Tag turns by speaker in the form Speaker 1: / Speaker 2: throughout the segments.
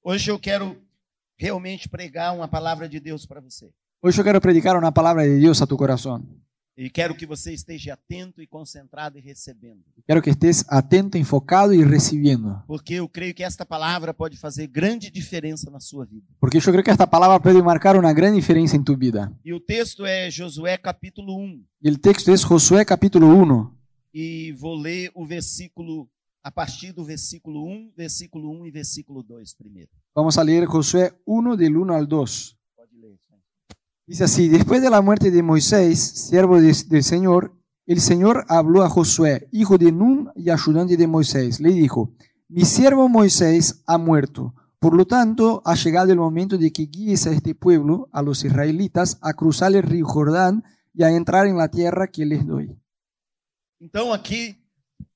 Speaker 1: Hoje eu quero realmente pregar uma palavra de Deus para você.
Speaker 2: Hoy yo quiero predicar una palabra de Dios a tu corazón.
Speaker 1: E quero que você esteja atento e concentrado e recebendo.
Speaker 2: Quiero que estés atento, enfocado y recibiendo.
Speaker 1: Porque eu creio que esta palavra pode fazer grande diferença na sua vida.
Speaker 2: Porque yo creo que esta palabra puede marcar una gran diferencia en tu vida.
Speaker 1: E o texto é Josué capítulo 1.
Speaker 2: Y el texto es Josué capítulo 1.
Speaker 1: E vou ler o versículo, a partir do versículo 1, versículo 1 e versículo 2 primeiro.
Speaker 2: Vamos a leer Josué 1 del 1 al 2.
Speaker 1: Pode ler, gente.
Speaker 2: Dice así, después de la muerte de Moisés, siervo de- del Señor, el Señor habló a Josué, hijo de Nun y ayudante de Moisés. Le dijo, mi siervo Moisés ha muerto, por lo tanto ha llegado el momento de que guíes a este pueblo, a los israelitas, a cruzar el río Jordán y a entrar en la tierra que les doy.
Speaker 1: Então aqui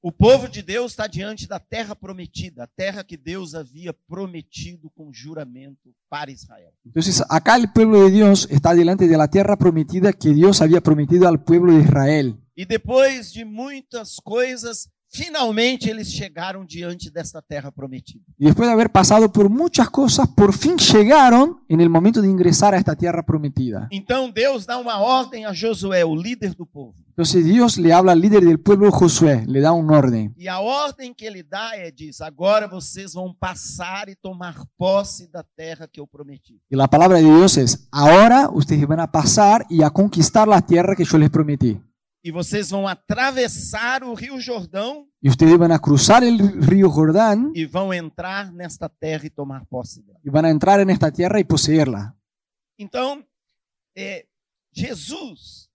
Speaker 1: o povo de Deus está diante da terra prometida, a terra que Deus havia prometido com juramento para Israel.
Speaker 2: Entonces acá el pueblo de Dios está delante de la tierra prometida que Dios había prometido al pueblo de Israel.
Speaker 1: E depois de muitas coisas, finalmente eles chegaram diante desta terra prometida.
Speaker 2: Y después de haber pasado por muchas cosas, por fin llegaron en el momento de ingresar a esta tierra prometida.
Speaker 1: Então Deus dá uma ordem a Josué, o líder do povo.
Speaker 2: Entonces Dios le habla al líder del pueblo Josué, le da un orden.
Speaker 1: E a ordem que ele dá é diz: "Agora vocês vão passar e tomar posse da terra que eu prometi".
Speaker 2: Y la palabra de Dios es, ahora ustedes van a pasar y a conquistar la tierra que yo les prometí.
Speaker 1: E vocês vão atravessar o Rio Jordão
Speaker 2: Y ustedes van a cruzar el río Jordán
Speaker 1: e vão entrar nesta terra e tomar posse dela.
Speaker 2: y van a entrar en esta tierra y poseerla.
Speaker 1: Então, é, Jesus,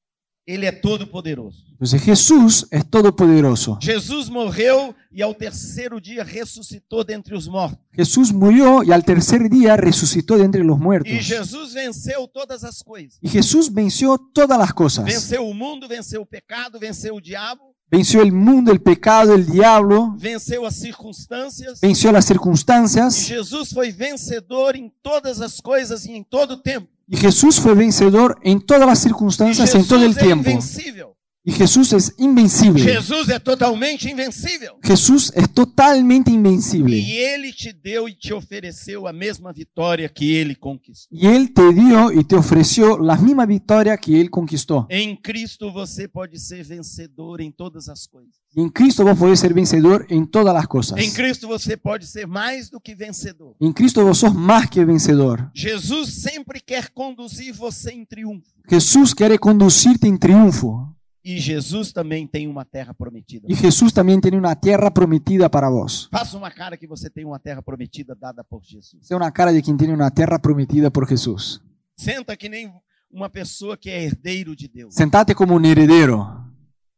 Speaker 1: ele é todo poderoso.
Speaker 2: Entonces Jesús es todopoderoso.
Speaker 1: Jesus morreu e ao terceiro dia ressuscitou dentre os mortos.
Speaker 2: Jesús murió y al tercer día resucitó de entre los
Speaker 1: E
Speaker 2: muertos.
Speaker 1: Jesus venceu todas as coisas.
Speaker 2: Y Jesús venció todas las cosas.
Speaker 1: Venceu o mundo, venceu o pecado, venceu o diabo,
Speaker 2: Venció el mundo, el pecado, el diablo,
Speaker 1: venceu as circunstâncias. E
Speaker 2: venció las circunstancias.
Speaker 1: Jesus foi vencedor em todas as coisas e em todo o tempo.
Speaker 2: Y Jesús fue vencedor en todas las
Speaker 1: E
Speaker 2: circunstancias,
Speaker 1: Jesus
Speaker 2: en assim, todo el
Speaker 1: é
Speaker 2: tiempo.
Speaker 1: invencível.
Speaker 2: Y Jesús es invencible.
Speaker 1: Jesus é totalmente invencível.
Speaker 2: Jesús es totalmente
Speaker 1: E
Speaker 2: invencible.
Speaker 1: ele te deu e te ofereceu a mesma vitória que ele conquistou.
Speaker 2: Y Él te dio y te ofreció la misma victoria que Él conquistó.
Speaker 1: Em Cristo você pode ser vencedor em todas as coisas.
Speaker 2: Y en Cristo vos podés ser vencedor en todas las cosas.
Speaker 1: Em Cristo você pode ser mais do que vencedor.
Speaker 2: En Cristo vos sos más que vencedor.
Speaker 1: Jesus sempre quer conduzir você em triunfo.
Speaker 2: Jesús quiere conducirte en triunfo.
Speaker 1: E Jesus também tem uma terra prometida.
Speaker 2: Y Jesús también tiene una tierra prometida para vos.
Speaker 1: Faça uma cara que você tem uma terra prometida dada por Jesus.
Speaker 2: Sea una cara de quien tiene una tierra prometida por Jesús.
Speaker 1: Senta que nem uma pessoa que é herdeiro de Deus.
Speaker 2: Sentate como un heredero.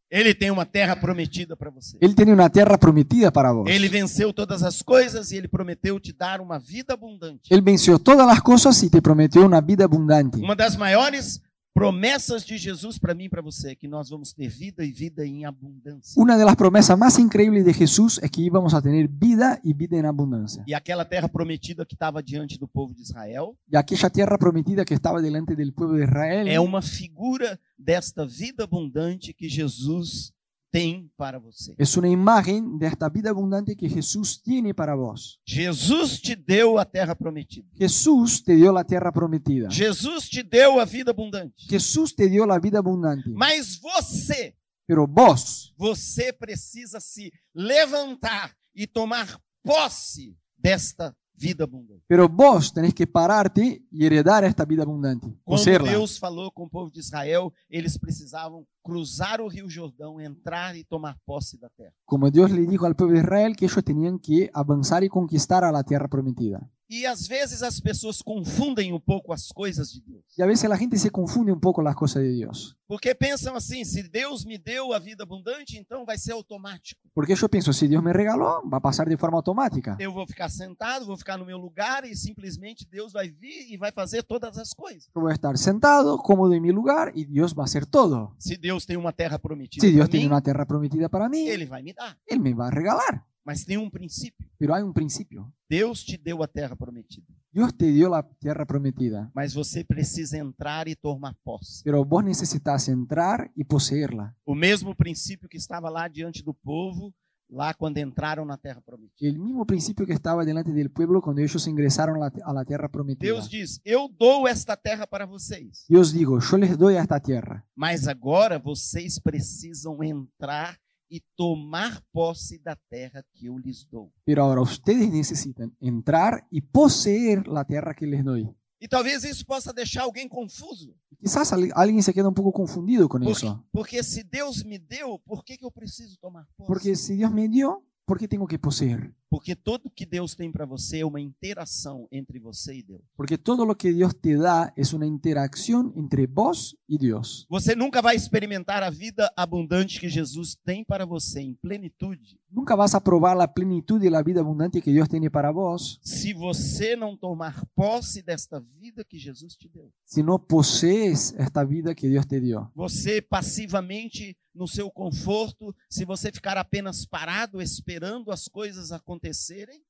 Speaker 1: Ele tem uma terra prometida para você.
Speaker 2: Él tiene una tierra prometida para vos.
Speaker 1: Ele venceu todas as coisas e ele prometeu te dar uma vida abundante.
Speaker 2: Él venció todas las cosas y te prometió una vida abundante.
Speaker 1: Uma das maiores promessas de Jesus para mim e para você é que nós vamos ter vida e vida em abundância.
Speaker 2: Una de las promesas más increíbles de Jesús es que íbamos a tener vida y vida en abundancia.
Speaker 1: E aquela terra prometida que estava diante do povo de Israel
Speaker 2: Y aquella tierra prometida que estaba delante del pueblo de Israel
Speaker 1: é uma figura desta vida abundante que Jesus tem para você.
Speaker 2: es una imagen de esta vida abundante que Jesús tiene para vos.
Speaker 1: Jesus te deu a terra prometida.
Speaker 2: Jesús te dio la tierra prometida.
Speaker 1: Jesus te deu a vida abundante.
Speaker 2: Jesús te dio la vida abundante.
Speaker 1: Mas você,
Speaker 2: Pero vos,
Speaker 1: você precisa se levantar e tomar posse desta vida abundante.
Speaker 2: pero vos tenés que pararte y heredar esta vida abundante.
Speaker 1: Quando
Speaker 2: Poseerla.
Speaker 1: Deus falou com o povo de Israel, eles precisavam cruzar o Rio Jordão, entrar e tomar posse da terra.
Speaker 2: Como Dios le dijo al pueblo de Israel que ellos tenían que avanzar y conquistar a la tierra prometida.
Speaker 1: E às vezes as pessoas confundem um pouco as coisas de Deus.
Speaker 2: Y a veces la gente se confunde un poco las cosas de Dios.
Speaker 1: Porque pensam assim: se Deus me deu a vida abundante, então vai ser automático.
Speaker 2: Porque yo pienso, si Dios me regaló, va a pasar de forma automática.
Speaker 1: Eu vou ficar sentado, vou ficar no meu lugar e simplesmente Deus vai vir e vai fazer todas as coisas.
Speaker 2: Yo voy a estar sentado, cómodo en mi lugar y Dios va a hacer todo.
Speaker 1: Se Deus tem uma terra prometida
Speaker 2: Si Dios
Speaker 1: para mim,
Speaker 2: tiene una tierra prometida para mí,
Speaker 1: ele vai me dar.
Speaker 2: Él me va a regalar.
Speaker 1: Mas tem um princípio:
Speaker 2: Pero hay un principio.
Speaker 1: Deus te deu a terra prometida,
Speaker 2: Dios te dio la tierra prometida,
Speaker 1: mas você precisa entrar e tomar posse.
Speaker 2: pero vos necesitas entrar y poseerla.
Speaker 1: O mesmo princípio que estava lá diante do povo, lá quando entraram na terra prometida.
Speaker 2: El mismo principio que estaba delante del pueblo cuando ellos ingresaron la- a la tierra prometida.
Speaker 1: Deus diz: Eu dou esta terra para vocês,
Speaker 2: Dios digo, yo les doy a esta tierra,
Speaker 1: mas agora vocês precisam entrar e tomar posse da terra que eu lhes dou.
Speaker 2: pero ahora ustedes necesitan entrar y poseer la tierra que les doy.
Speaker 1: E talvez isso possa deixar alguém confuso,
Speaker 2: Quizás al- alguien se queda un poco confundido con
Speaker 1: porque,
Speaker 2: eso,
Speaker 1: porque se Deus me deu, por que, que eu preciso tomar posse?
Speaker 2: porque si Dios me dio, ¿por qué tengo que poseer?
Speaker 1: Porque tudo que Deus tem para você é uma interação entre você e Deus.
Speaker 2: Porque todo lo que Dios te da es una interacción entre vos y Dios.
Speaker 1: Você nunca vai experimentar a vida abundante que Jesus tem para você em plenitude
Speaker 2: Nunca vas a probar la plenitud de la vida abundante que Dios tiene para vos
Speaker 1: se você não tomar posse desta vida que Jesus te deu.
Speaker 2: si no posees esta vida que Dios te dio.
Speaker 1: Você passivamente no seu conforto, se você ficar apenas parado esperando as coisas acontecerem,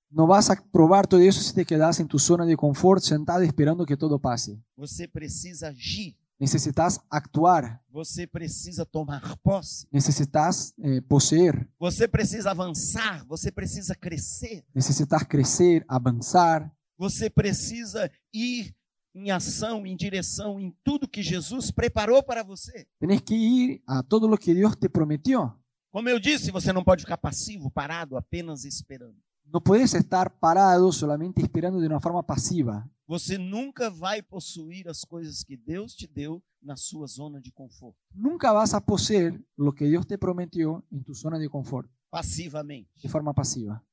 Speaker 2: No vas a probar todo eso si te quedas en tu zona de confort sentado esperando que todo pase.
Speaker 1: você precisa agir,
Speaker 2: Necesitas actuar,
Speaker 1: você precisa tomar posse,
Speaker 2: necesitas eh, poseer,
Speaker 1: você precisa avançar, você precisa crescer,
Speaker 2: necesitas crecer, avanzar,
Speaker 1: você precisa ir em ação, em direção em tudo que Jesus preparou para você.
Speaker 2: tenés que ir a todo lo que Dios te prometió.
Speaker 1: Como eu disse, você não pode ficar passivo, parado, apenas esperando.
Speaker 2: No puedes estar parado solamente esperando de una forma pasiva.
Speaker 1: Você nunca vai possuir as coisas que Deus te deu na sua zona de conforto,
Speaker 2: Nunca vas a poseer lo que Dios te prometió en tu zona de confort,
Speaker 1: passivamente.
Speaker 2: de forma pasiva.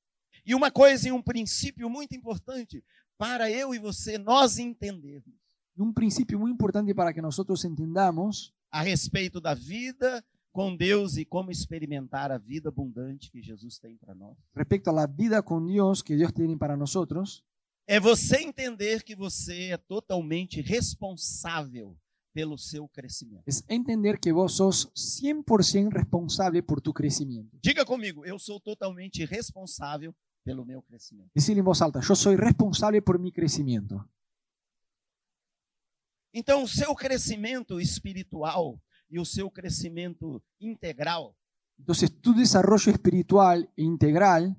Speaker 1: E uma coisa e um princípio muito importante para eu e você nós entendermos
Speaker 2: Y un principio muy importante para que nosotros entendamos
Speaker 1: a respeito da vida com Deus e como experimentar a vida abundante que Jesus tem para nós.
Speaker 2: respecto a la vida con Dios que Dios tiene para nosotros
Speaker 1: É você entender que você é totalmente responsável pelo seu crescimento.
Speaker 2: es entender que vos sos 100% responsable por tu crecimiento.
Speaker 1: Diga comigo, eu sou totalmente responsável pelo meu crescimento.
Speaker 2: Decirle en voz alta, yo soy responsable por mi crecimiento.
Speaker 1: Então, o seu crescimento espiritual e o seu crescimento integral
Speaker 2: Entonces, tu desarrollo espiritual e integral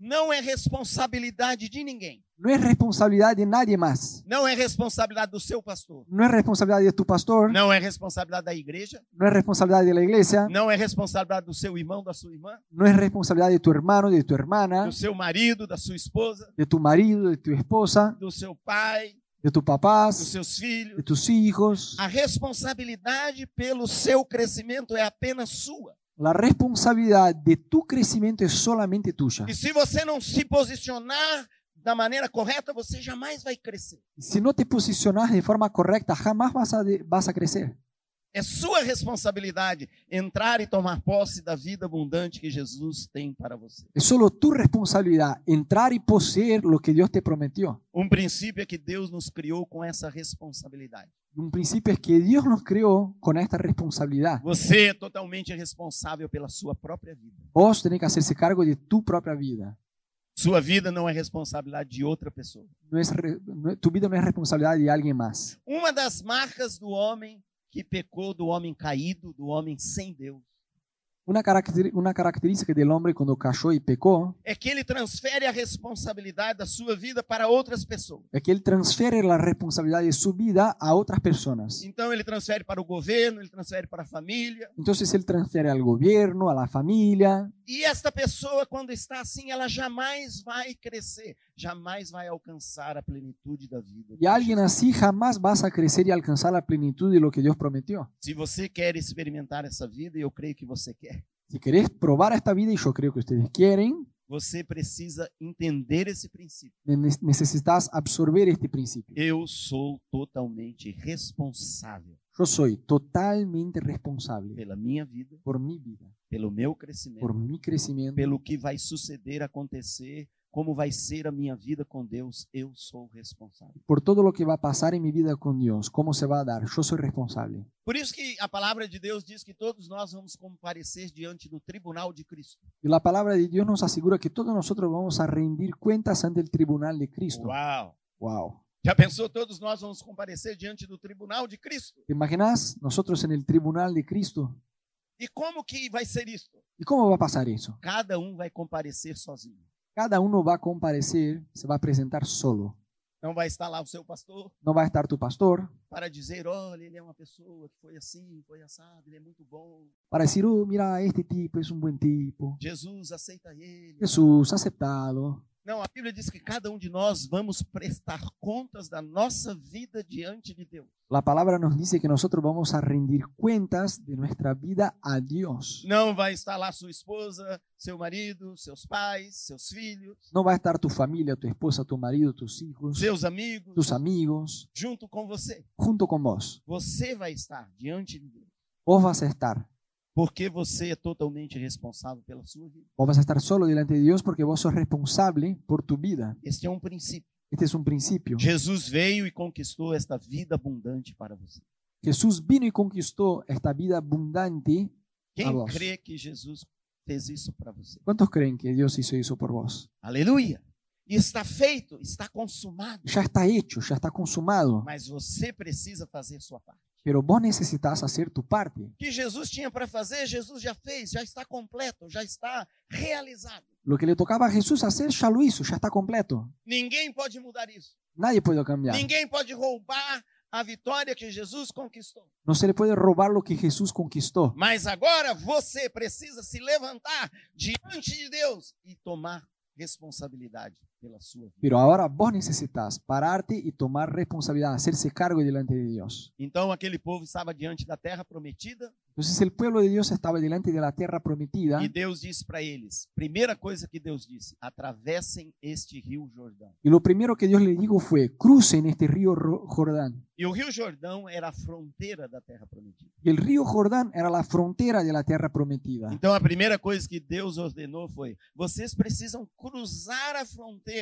Speaker 1: não é responsabilidade de ninguém.
Speaker 2: no es responsabilidad de nadie más.
Speaker 1: Não é responsabilidade do seu pastor.
Speaker 2: No es responsabilidad de tu pastor, Tá. no,
Speaker 1: Não é responsabilidade da igreja.
Speaker 2: es responsabilidad de la iglesia, no,
Speaker 1: Não é responsabilidade do seu irmão, da sua irmã.
Speaker 2: es responsabilidad de tu hermano, de tu hermana,
Speaker 1: Do seu marido, da sua esposa.
Speaker 2: de tu marido, de tu esposa,
Speaker 1: Do seu pai,
Speaker 2: de tus
Speaker 1: dos
Speaker 2: papás,
Speaker 1: seus
Speaker 2: de
Speaker 1: filhos.
Speaker 2: tus hijos.
Speaker 1: A responsabilidade pelo seu crescimento é apenas sua.
Speaker 2: La responsabilidad de tu crecimiento es solamente tuya.
Speaker 1: E se você não se posicionar da maneira correta, você jamais vai crescer.
Speaker 2: Si no te posicionas de forma correcta, jamás vas a, de- vas a crecer.
Speaker 1: É sua responsabilidade entrar e tomar posse da vida abundante que Jesus tem para você.
Speaker 2: Es solo tu responsabilidad entrar y poseer lo que Dios te prometió.
Speaker 1: Um princípio é que Deus nos criou com essa responsabilidade.
Speaker 2: Un principio es que Dios nos creó con esta responsabilidad.
Speaker 1: Você é totalmente responsável pela sua própria vida.
Speaker 2: Vos tenés que hacerse cargo de tu propia vida.
Speaker 1: Sua vida não é responsabilidade de outra pessoa.
Speaker 2: No es re- no- tu vida no es responsabilidad de alguien más.
Speaker 1: Uma das marcas do homem que pecou, do homem caído, do homem sem Deus,
Speaker 2: Una, caracter- una característica del hombre cuando cayó y pecó
Speaker 1: é que ele transfere a responsabilidade da sua vida para outras pessoas.
Speaker 2: es que él transfiere la responsabilidad de su vida a otras personas.
Speaker 1: Então ele transfere para o governo, ele transfere para a família.
Speaker 2: Entonces él transfiere al gobierno, a la familia,
Speaker 1: E esta pessoa, quando está assim, ela jamais vai crescer, jamais vai alcançar a plenitude da vida.
Speaker 2: Y alguien así jamás vas a crecer y alcanzar la plenitud de lo que Dios prometió.
Speaker 1: Se você quer experimentar essa vida, e eu creio que você quer.
Speaker 2: Si querés probar esta vida, y yo creo que ustedes quieren,
Speaker 1: Você precisa entender esse princípio.
Speaker 2: ne- necesitas absorber este principio.
Speaker 1: Eu sou totalmente responsável
Speaker 2: Yo soy totalmente responsable
Speaker 1: pela minha vida,
Speaker 2: por mi vida,
Speaker 1: pelo meu
Speaker 2: por
Speaker 1: crescimento,
Speaker 2: mi crecimiento,
Speaker 1: pelo que vai suceder, acontecer, como vai ser a minha vida com Deus. Eu sou responsável.
Speaker 2: por todo lo que va a pasar en mi vida con Dios, cómo se va a dar. Yo soy responsable.
Speaker 1: Por isso que a palavra de Deus diz que todos nós vamos comparecer diante do tribunal de Cristo.
Speaker 2: Y la palabra de Dios nos asegura que todos nosotros vamos a rendir cuentas ante el tribunal de Cristo.
Speaker 1: Uau!
Speaker 2: Wow.
Speaker 1: Já pensou? Todos nós vamos comparecer diante do tribunal de Cristo.
Speaker 2: ¿Te imaginas nosotros en el tribunal de Cristo?
Speaker 1: E como que vai ser isso?
Speaker 2: E como vai passar isso?
Speaker 1: Cada um vai comparecer sozinho.
Speaker 2: Cada um vai comparecer, se vai apresentar solo.
Speaker 1: Não vai estar lá o seu pastor
Speaker 2: Não vai estar tu pastor
Speaker 1: para dizer, olha, ele é uma pessoa que foi assim, foi assado, ele é muito bom.
Speaker 2: para dizer, oh, mira, este tipo é um bom tipo.
Speaker 1: Jesus aceita ele.
Speaker 2: Jesus, aceitá-lo.
Speaker 1: Não, a Bíblia diz que cada um de nós vamos prestar contas da nossa vida diante de Deus.
Speaker 2: La palabra nos dice que nosotros vamos a rendir cuentas de nuestra vida a Dios.
Speaker 1: Não vai estar lá sua esposa, seu marido, seus pais, seus filhos,
Speaker 2: No va a estar tu familia, tu esposa, tu marido, tus hijos,
Speaker 1: seus amigos,
Speaker 2: tus amigos,
Speaker 1: junto com você.
Speaker 2: junto con vos.
Speaker 1: Você vai estar diante de Deus,
Speaker 2: Vos vas a estar.
Speaker 1: porque você é totalmente responsável pela sua vida.
Speaker 2: Vos vas a estar solo delante de Dios porque vos sos responsable por tu vida.
Speaker 1: Este é um princípio.
Speaker 2: Este es un principio.
Speaker 1: Jesus veio e conquistou esta vida abundante para você.
Speaker 2: Jesús vino y conquistó esta vida abundante.
Speaker 1: Quem
Speaker 2: Amém.
Speaker 1: crê que Jesus fez isso para você?
Speaker 2: ¿Cuántos creen que Dios hizo eso por vos?
Speaker 1: Aleluia! E está feito, está consumado.
Speaker 2: Ya está hecho, ya está consumado.
Speaker 1: Mas você precisa fazer sua parte.
Speaker 2: Pero vos necesitas hacer tu parte.
Speaker 1: O que Jesus tinha para fazer, Jesus já fez, já está completo, já está realizado.
Speaker 2: Lo que le tocaba a Jesús hacer ya lo hizo, ya está completo.
Speaker 1: Ninguém pode mudar isso.
Speaker 2: Nadie puede cambiar.
Speaker 1: Ninguém pode roubar a vitória que Jesus conquistou.
Speaker 2: No se le puede robar lo que Jesús conquistó.
Speaker 1: Mas agora você precisa se levantar diante de Deus e tomar responsabilidade pela sua vida.
Speaker 2: Pero ahora vos necesitas pararte y tomar responsabilidad, hacerse cargo delante de Dios.
Speaker 1: Então aquele povo estava diante da terra prometida
Speaker 2: Entonces el pueblo de Dios estaba delante de la tierra prometida
Speaker 1: e Deus disse para eles, primeira coisa que Deus disse, atravessem este rio Jordão.
Speaker 2: y lo primero que Dios le dijo fue, crucen este río Ro- Jordán.
Speaker 1: E o rio Jordão era a fronteira da terra prometida.
Speaker 2: Y el río Jordán era la frontera de la tierra prometida.
Speaker 1: Então a primeira coisa que Deus ordenou foi, vocês precisam cruzar a fronteira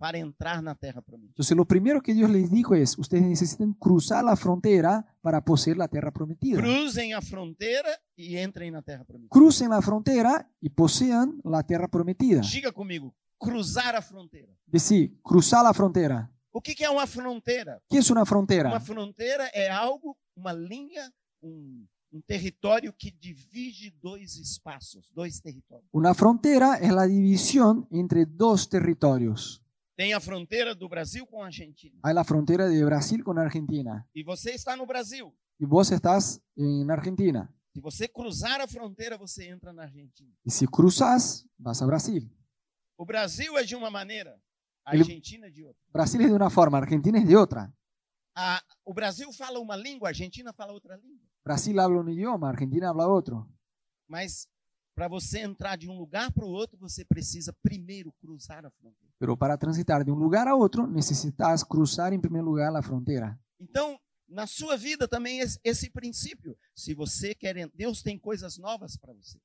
Speaker 1: para entrar na terra prometida.
Speaker 2: Entonces lo primero que Dios les dijo es, ustedes necesitan cruzar la frontera para poseer la tierra prometida.
Speaker 1: Cruzem a fronteira e entrem na terra prometida.
Speaker 2: Crucen la frontera y posean la tierra prometida.
Speaker 1: Diga comigo, cruzar a fronteira.
Speaker 2: Decir, cruzar la frontera.
Speaker 1: O que, que é uma fronteira?
Speaker 2: ¿Qué es una
Speaker 1: Uma
Speaker 2: frontera?
Speaker 1: fronteira é algo, uma linha, um, um território que divide dois espaços, dois territórios.
Speaker 2: Una frontera es la división entre dos territorios.
Speaker 1: Tem a fronteira do Brasil com a Argentina.
Speaker 2: Hay la frontera de Brasil con Argentina.
Speaker 1: E você está no Brasil.
Speaker 2: Y vos estás en Argentina.
Speaker 1: Se você cruzar a fronteira, você entra na Argentina.
Speaker 2: Y si cruzas, vas a Brasil.
Speaker 1: O Brasil é de uma maneira, a
Speaker 2: Ele-
Speaker 1: Argentina é de outra.
Speaker 2: Brasil es de una forma, Argentina es de otra.
Speaker 1: A, o Brasil fala uma língua, a Argentina fala outra língua.
Speaker 2: Brasil habla un idioma, Argentina habla otro.
Speaker 1: Mas para você entrar de um lugar para o outro, você precisa primeiro cruzar a fronteira.
Speaker 2: Pero para transitar de un lugar a otro, necesitas cruzar en primer lugar la frontera.
Speaker 1: Então, na sua vida também es- esse princípio. Se você quer, en- Deus tem coisas novas para você.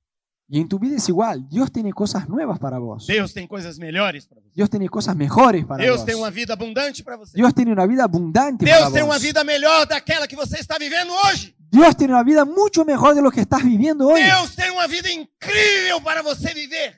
Speaker 2: Y en tu vida es igual. Dios tiene cosas nuevas para vos.
Speaker 1: Deus tem coisas melhores para você.
Speaker 2: Dios tiene cosas mejores para
Speaker 1: Deus
Speaker 2: vos.
Speaker 1: tem uma vida abundante para você.
Speaker 2: Dios tiene una vida abundante para
Speaker 1: Deus tem
Speaker 2: vos.
Speaker 1: uma vida melhor daquela que você está vivendo hoje.
Speaker 2: Dios tiene una vida mucho mejor de lo que estás viviendo hoy.
Speaker 1: Deus tem uma vida incrível para você viver.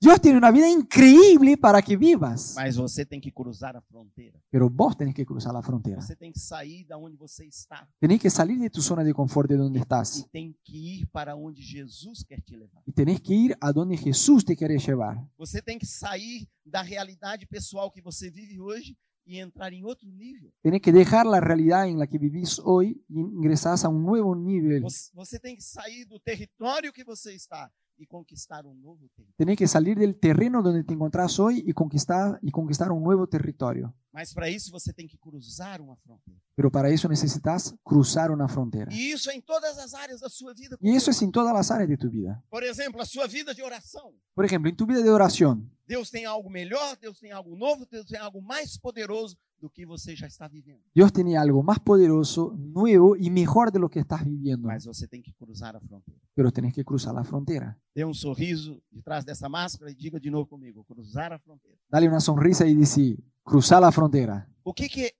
Speaker 2: Dios tiene una vida increíble para que vivas.
Speaker 1: Mas você tem que cruzar a fronteira.
Speaker 2: Pero vos tenés que cruzar la frontera.
Speaker 1: Você tem que sair da onde você está
Speaker 2: Tenés que salir de tu zona de confort de donde
Speaker 1: e
Speaker 2: estás.
Speaker 1: tem que ir para onde Jesus quer te levar.
Speaker 2: Y tenés que ir a donde Jesús te quiere llevar.
Speaker 1: Você tem que sair da realidade pessoal que você vive hoje e entrar em outro nível.
Speaker 2: Tenés que dejar la realidad en la que vivís hoy y ingresás a un nuevo nivel.
Speaker 1: Você, você tem que sair do território que você está e conquistar um novo território.
Speaker 2: Tenés que salir del terreno donde te encontrás hoy y conquistar, y conquistar un nuevo territorio.
Speaker 1: Mas para isso você tem que cruzar uma fronteira.
Speaker 2: Pero para eso necesitas cruzar una frontera.
Speaker 1: E isso é em todas as áreas da sua vida. com
Speaker 2: Y eso
Speaker 1: Deus.
Speaker 2: es en todas las áreas de tu vida.
Speaker 1: Por exemplo, a sua vida de oração.
Speaker 2: Por ejemplo, en tu vida de oración,
Speaker 1: Deus tem algo melhor, Deus tem algo novo, Deus tem algo mais poderoso do que você já está vivendo.
Speaker 2: Dios tiene algo más poderoso, nuevo y mejor de lo que estás viviendo.
Speaker 1: Mas você tem que cruzar a fronteira.
Speaker 2: Pero tenés que cruzar la frontera.
Speaker 1: Dê um sorriso de trás dessa máscara e diga de novo comigo: cruzar a fronteira.
Speaker 2: Dale una sonrisa y decí, cruzar la frontera.
Speaker 1: O que que é,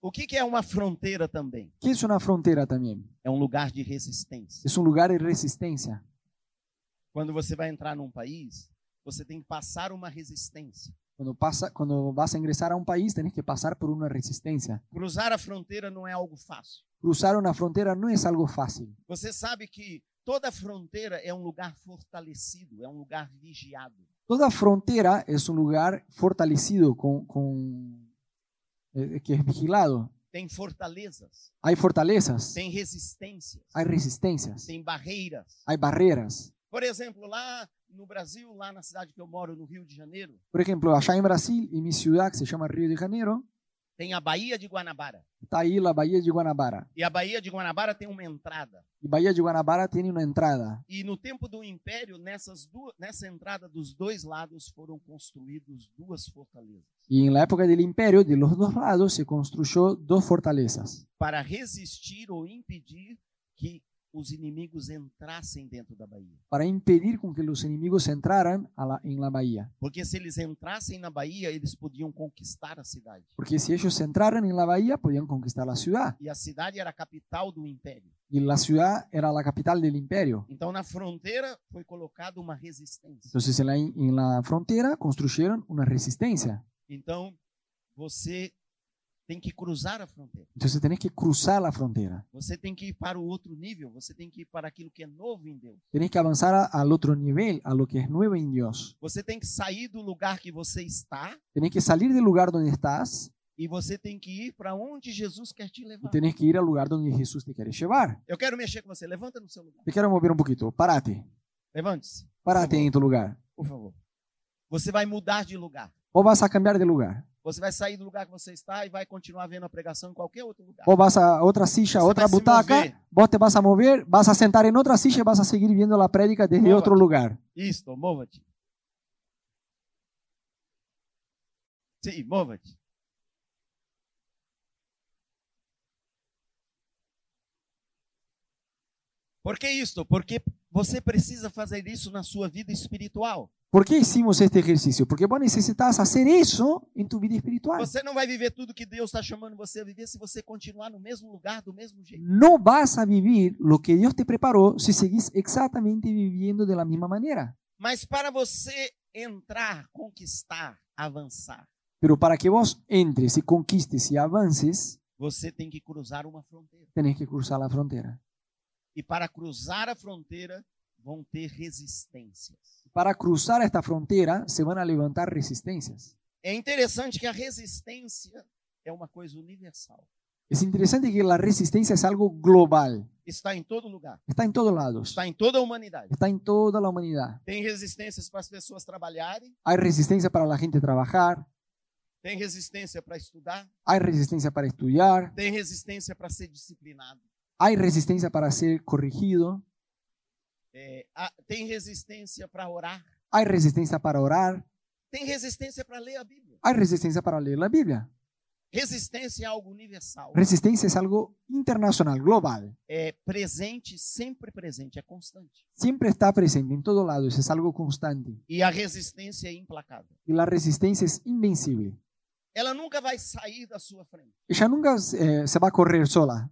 Speaker 1: o que que é uma fronteira também?
Speaker 2: ¿Qué es una frontera también?
Speaker 1: É um lugar de resistência.
Speaker 2: Es un lugar de resistencia.
Speaker 1: Quando você vai entrar num país, você tem que passar uma resistência.
Speaker 2: Cuando, pasa, cuando vas a ingresar a un país, tenés que pasar por una resistencia.
Speaker 1: Cruzar a fronteira não é algo fácil.
Speaker 2: Cruzar una frontera no es algo fácil.
Speaker 1: Você sabe que toda fronteira é um lugar fortalecido, é um lugar vigiado.
Speaker 2: Toda frontera es un lugar fortalecido, con, con- eh, que es vigilado.
Speaker 1: Tem fortalezas,
Speaker 2: Hay fortalezas,
Speaker 1: tem resistências,
Speaker 2: hay resistencias,
Speaker 1: tem barreiras.
Speaker 2: hay barreras.
Speaker 1: Por exemplo, lá no Brasil, lá na cidade que eu moro, no Rio de Janeiro,
Speaker 2: Por ejemplo, allá en Brasil, en mi ciudad que se llama Río de Janeiro,
Speaker 1: tem a Baía de Guanabara.
Speaker 2: está ahí la Bahía de Guanabara.
Speaker 1: E a Baía de Guanabara tem uma entrada.
Speaker 2: Y Bahía de Guanabara tiene una entrada.
Speaker 1: E no tempo do Império, nessas duas, nessa entrada dos dois lados foram construídos duas fortalezas
Speaker 2: Y en la época del imperio, de los dos lados, se construyó dos fortalezas
Speaker 1: para resistir ou impedir que os inimigos entrassem dentro da Bahia.
Speaker 2: para impedir con que los enemigos entraran a la- en la bahía.
Speaker 1: Porque se eles entrassem na Bahia, eles podiam conquistar a cidade.
Speaker 2: Porque si ellos entraran en la bahía, podían conquistar la ciudad.
Speaker 1: E a cidade era a capital do Império.
Speaker 2: Y la ciudad era la capital del imperio.
Speaker 1: Então, na fronteira foi colocada uma resistência.
Speaker 2: Entonces en la, en la frontera construyeron una resistencia.
Speaker 1: Então, você tem que cruzar a fronteira.
Speaker 2: Entonces tenés que cruzar la frontera.
Speaker 1: Você tem que ir para o outro nível. Você tem que ir para aquilo que é novo em Deus.
Speaker 2: Tenés que avanzar a- al otro nivel, a lo que es nuevo en Dios.
Speaker 1: Você tem que sair do lugar que você está
Speaker 2: Tenés que salir del lugar donde estás
Speaker 1: e você tem que ir para onde Jesus quer te
Speaker 2: y
Speaker 1: levar.
Speaker 2: tenés que ir al lugar donde Jesús te quiere llevar.
Speaker 1: Eu quero mexer com você. Levanta no seu lugar.
Speaker 2: Te quiero mover un poquito. Parate.
Speaker 1: Levante-se,
Speaker 2: Parate en tu lugar.
Speaker 1: por favor. Você vai mudar de lugar.
Speaker 2: O vas a cambiar de lugar.
Speaker 1: Você vai sair do lugar que você está e vai continuar vendo a pregação em qualquer outro lugar.
Speaker 2: O vas a otra silla, a
Speaker 1: Você
Speaker 2: otra
Speaker 1: vai se
Speaker 2: butaca.
Speaker 1: mover.
Speaker 2: Vos te vas a mover, vas a sentar en otra silla y vas a seguir viendo la prédica desde
Speaker 1: Móvete.
Speaker 2: otro lugar.
Speaker 1: Isto, mova-te. Sim, mova-te. Por que isto? Porque você precisa fazer isso na sua vida espiritual.
Speaker 2: ¿Por qué hicimos este ejercicio? Porque vos necesitas hacer eso en tu vida espiritual.
Speaker 1: Você não vai viver tudo que Deus está chamando você a viver se você continuar no mesmo lugar, do mesmo jeito.
Speaker 2: No vas a vivir lo que Dios te preparó si seguís exactamente viviendo de la misma manera.
Speaker 1: Mas para você entrar, conquistar, avançar,
Speaker 2: Pero para que vos entres y conquistes y avances,
Speaker 1: você tem que cruzar uma fronteira.
Speaker 2: tenés que cruzar la frontera.
Speaker 1: e para cruzar a fronteira vão ter resistências.
Speaker 2: Para cruzar esta frontera se van a levantar resistencias.
Speaker 1: É interessante que a resistência é uma coisa universal.
Speaker 2: Es interesante que la resistencia es algo global.
Speaker 1: Está em todo lugar,
Speaker 2: Está en todos lados.
Speaker 1: está em toda a humanidade.
Speaker 2: Está en toda la humanidad.
Speaker 1: Tem resistências para as pessoas trabalharem,
Speaker 2: Hay resistencia para la gente trabajar.
Speaker 1: tem resistência para estudar,
Speaker 2: Hay resistencia para estudiar.
Speaker 1: tem resistência para ser disciplinado,
Speaker 2: Hay resistencia para ser corregido.
Speaker 1: é, a- tem resistência para orar,
Speaker 2: Hay resistencia para orar.
Speaker 1: tem resistência para ler a Bíblia.
Speaker 2: Hay resistencia para leer la Biblia.
Speaker 1: Resistência é algo universal,
Speaker 2: Resistencia es algo internacional, global.
Speaker 1: é presente, sempre presente, é constante.
Speaker 2: Siempre está presente en todos lados. Es algo constante.
Speaker 1: E a resistência é implacável.
Speaker 2: Y la resistencia es invencible.
Speaker 1: Ela nunca vai sair da sua frente.
Speaker 2: Ella nunca eh, se va a correr sola.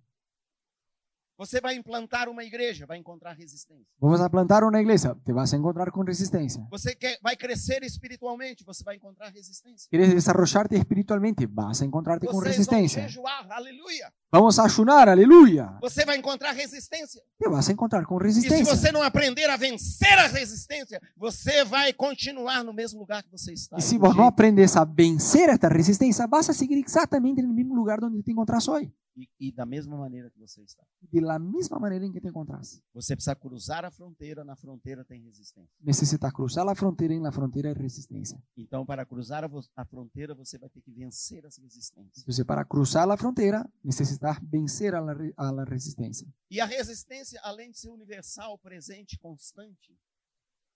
Speaker 1: Você vai implantar uma igreja, vai encontrar resistência.
Speaker 2: Vamos a plantar una iglesia. Te vas a encontrar con resistencia.
Speaker 1: Você quer, vai crescer espiritualmente, você vai encontrar resistência.
Speaker 2: Quieres desarrollarte espiritualmente. Vas a encontrarte con
Speaker 1: Vocês vão
Speaker 2: resistencia.
Speaker 1: jejuar, aleluia.
Speaker 2: Vamos a ayunar. Aleluya.
Speaker 1: Você vai encontrar resistência.
Speaker 2: Te vas a encontrar con
Speaker 1: E se
Speaker 2: resistencia.
Speaker 1: você não aprender a vencer a resistência, você vai continuar no mesmo lugar que você está.
Speaker 2: Y si
Speaker 1: Do
Speaker 2: vos no
Speaker 1: jeito-
Speaker 2: aprendes a vencer esta resistencia, vas a seguir exactamente en el mismo lugar donde te encontrás hoy.
Speaker 1: e, e da mesma maneira que você está.
Speaker 2: De la misma manera en que te encontrás.
Speaker 1: Você precisa cruzar a fronteira, na fronteira tem resistência.
Speaker 2: Necesitas cruzar la frontera y en la frontera hay resistencia.
Speaker 1: Então, para cruzar a, vo- a froteira, você vai ter que vencer as resistências.
Speaker 2: Entonces, para cruzar la frontera, necesitas vencer a la, re- a la resistencia.
Speaker 1: E a resistência, além de ser universal, presente, constante,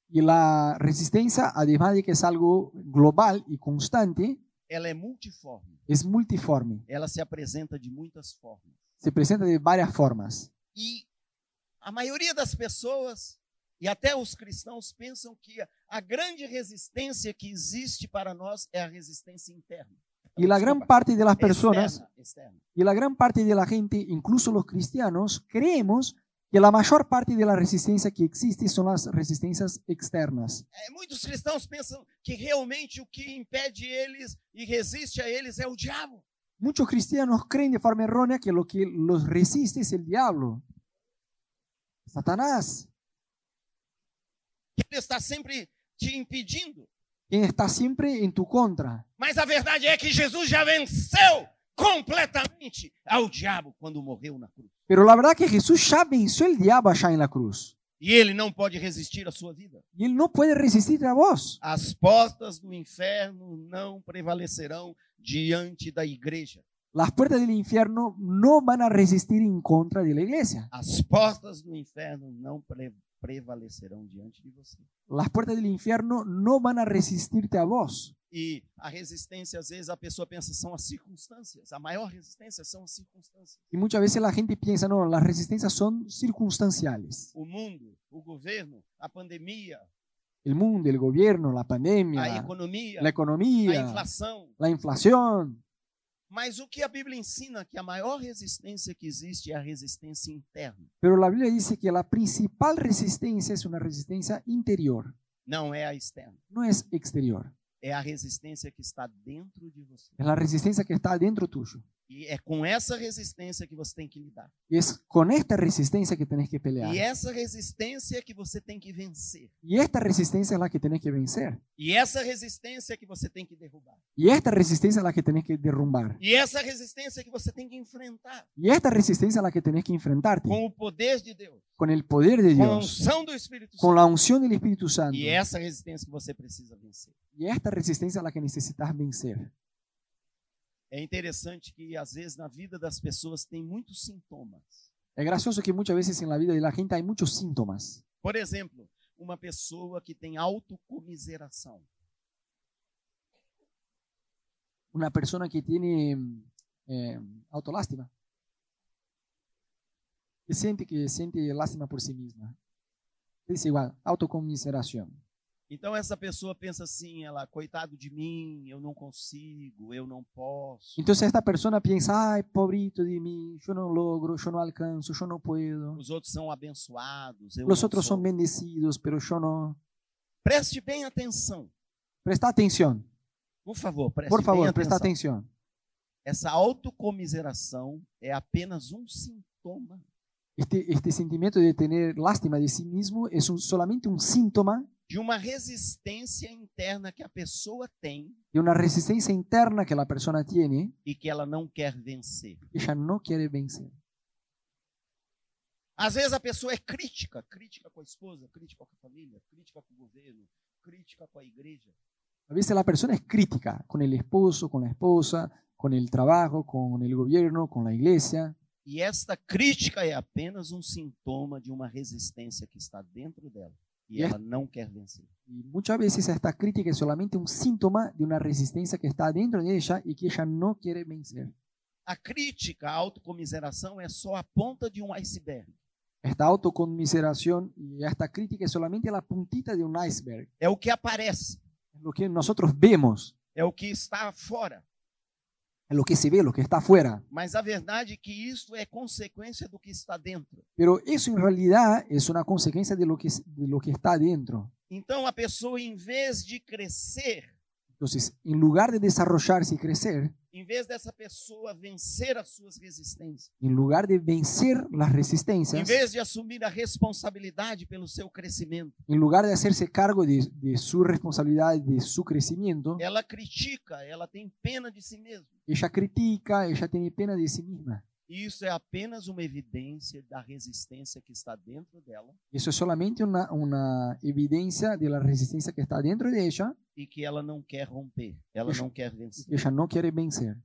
Speaker 2: Y la resistencia, además de que es algo global y constante,
Speaker 1: ela é multiforme.
Speaker 2: es multiforme.
Speaker 1: ela se apresenta de muitas formas.
Speaker 2: Se presenta de varias formas.
Speaker 1: E a maioria das pessoas, e até os cristãos, pensam que a- a grande resistência que existe para nós é a resistência interna.
Speaker 2: Y la gran
Speaker 1: Desculpa,
Speaker 2: parte né? de las personas,
Speaker 1: Externa, externa.
Speaker 2: y la gran parte de la gente, incluso los cristianos, creemos que la mayor parte de la resistencia que existe son las resistencias externas.
Speaker 1: É, muitos cristãos pensam que realmente o que impede eles e resiste a eles é o diabo.
Speaker 2: Muchos cristianos creen de forma errónea que lo que los resiste es el diablo, Satanás,
Speaker 1: que Ele está sempre te impedindo.
Speaker 2: quien está siempre en tu contra.
Speaker 1: Mas a verdade é que Jesus já venceu completamente ao diabo quando morreu na cruz.
Speaker 2: Pero la verdad que Jesús ya venció el diablo allá en la cruz.
Speaker 1: E ele não pode resistir à sua vida.
Speaker 2: Y él no puede resistir a vos.
Speaker 1: As portas do inferno não prevalecerão diante da igreja.
Speaker 2: Las puertas del infierno no van a resistir en contra de la iglesia.
Speaker 1: As portas do inferno não pre- prevalecerão diante de você.
Speaker 2: Las puertas del infierno no van a resistirte a vos.
Speaker 1: E a resistência, às vezes, a pessoa pensa são as circunstâncias. A maior resistência são as circunstâncias.
Speaker 2: Y muchas veces la gente piensa, no, las resistencias son circunstanciales.
Speaker 1: O mundo, o governo, a pandemia,
Speaker 2: El mundo, el gobierno, la pandemia,
Speaker 1: a economia,
Speaker 2: la
Speaker 1: a
Speaker 2: economía,
Speaker 1: inflação.
Speaker 2: la inflación.
Speaker 1: Mas o que a Bíblia ensina é que a maior resistência que existe é a resistência interna.
Speaker 2: Pero la Biblia dice que la principal resistencia es una resistencia interior,
Speaker 1: Não é a externa.
Speaker 2: no es exterior.
Speaker 1: É a resistência que está dentro de você.
Speaker 2: Es la resistencia que está dentro tuyo.
Speaker 1: E é com essa resistência que você tem que lidar.
Speaker 2: Y es con esta resistencia que tenés que pelear.
Speaker 1: E essa resistência é que você tem que vencer.
Speaker 2: Y esta resistencia es la que tenés que vencer.
Speaker 1: E essa resistência é que você tem que derrubar.
Speaker 2: Y esta resistencia es la que tenés que derrumbar.
Speaker 1: E essa resistência é que você tem que enfrentar
Speaker 2: Y esta resistencia es la que tenés que enfrentarte
Speaker 1: com o poder de Deus,
Speaker 2: con el poder de
Speaker 1: com a
Speaker 2: Dios,
Speaker 1: unção do Espírito
Speaker 2: con
Speaker 1: Santo.
Speaker 2: la unción del Espíritu Santo.
Speaker 1: E essa resistência que você precisa vencer.
Speaker 2: Y esta resistencia es la que necesitas vencer.
Speaker 1: É interessante que às vezes na vida das pessoas tem muitos sintomas.
Speaker 2: Es gracioso que muchas veces en la vida de la gente hay muchos síntomas.
Speaker 1: Por exemplo, uma pessoa que tem autocomiseração.
Speaker 2: Una persona que tiene eh, autolástima, que siente que siente lástima por sí misma. Es igual, autocomiseración.
Speaker 1: Então essa pessoa pensa assim, ela, coitado de mim, eu não consigo, eu não posso.
Speaker 2: Entonces esta persona piensa, ay, pobrito de mí, yo no logro, yo no alcanzo, yo no puedo.
Speaker 1: Os outros são abençoados, eu
Speaker 2: Los
Speaker 1: não
Speaker 2: otros
Speaker 1: sou.
Speaker 2: son bendecidos, pero yo no.
Speaker 1: Preste bem atenção.
Speaker 2: Presta atención,
Speaker 1: Por favor, preste
Speaker 2: por
Speaker 1: bem
Speaker 2: favor, presta
Speaker 1: atenção.
Speaker 2: atención.
Speaker 1: Essa autocomiseração é apenas um sintoma
Speaker 2: Este, este sentimiento de tener lástima de sí mismo es un- solamente un síntoma
Speaker 1: de uma resistência interna que a pessoa tem
Speaker 2: de una resistencia interna que la persona tiene,
Speaker 1: e que ela não quer vencer.
Speaker 2: ella no quiere vencer.
Speaker 1: Às vezes a pessoa é crítica, crítica com a esposa, crítica com a família, crítica com o governo, crítica com a igreja.
Speaker 2: A veces la persona es crítica con el esposo, con la esposa, con el trabajo, con el gobierno, con la iglesia.
Speaker 1: E esta crítica é apenas um sintoma de uma resistência que está dentro dela e
Speaker 2: E é-
Speaker 1: ela não quer vencer.
Speaker 2: Y muchas veces esta crítica es solamente un síntoma de una resistencia que está dentro de ella y que ella no quiere vencer.
Speaker 1: A crítica, a autocomiseração é só a ponta de um iceberg.
Speaker 2: Esta autoconmiseración y esta crítica es solamente la puntita de un iceberg.
Speaker 1: É o que aparece,
Speaker 2: Es lo que nosotros vemos,
Speaker 1: é o que está fora.
Speaker 2: es lo que se ve, lo que está afuera.
Speaker 1: Mas a verdade é que isso é consequência do que está dentro.
Speaker 2: Pero eso en realidad es una consecuencia de lo que, de lo que está dentro.
Speaker 1: Então a pessoa, em vez de crescer,
Speaker 2: Entonces, en lugar de desarrollarse y crecer,
Speaker 1: em vez dessa pessoa vencer as suas resistências,
Speaker 2: en lugar de vencer las
Speaker 1: Em
Speaker 2: resistencias,
Speaker 1: vez de assumir a responsabilidade pelo seu crescimento,
Speaker 2: en lugar de hacerse cargo de, de su responsabilidad, de su crecimiento,
Speaker 1: ela critica, ela tem pena de si mesma.
Speaker 2: ella critica, ella tiene pena de sí misma.
Speaker 1: E Isso é apenas uma evidência da resistência que está dentro dela
Speaker 2: Eso es solamente una, una evidencia de la resistencia que está dentro de ella
Speaker 1: e que ela não quer romper, ela
Speaker 2: Deixa-
Speaker 1: não quer
Speaker 2: y
Speaker 1: vencer.
Speaker 2: que ella no quiere vencer.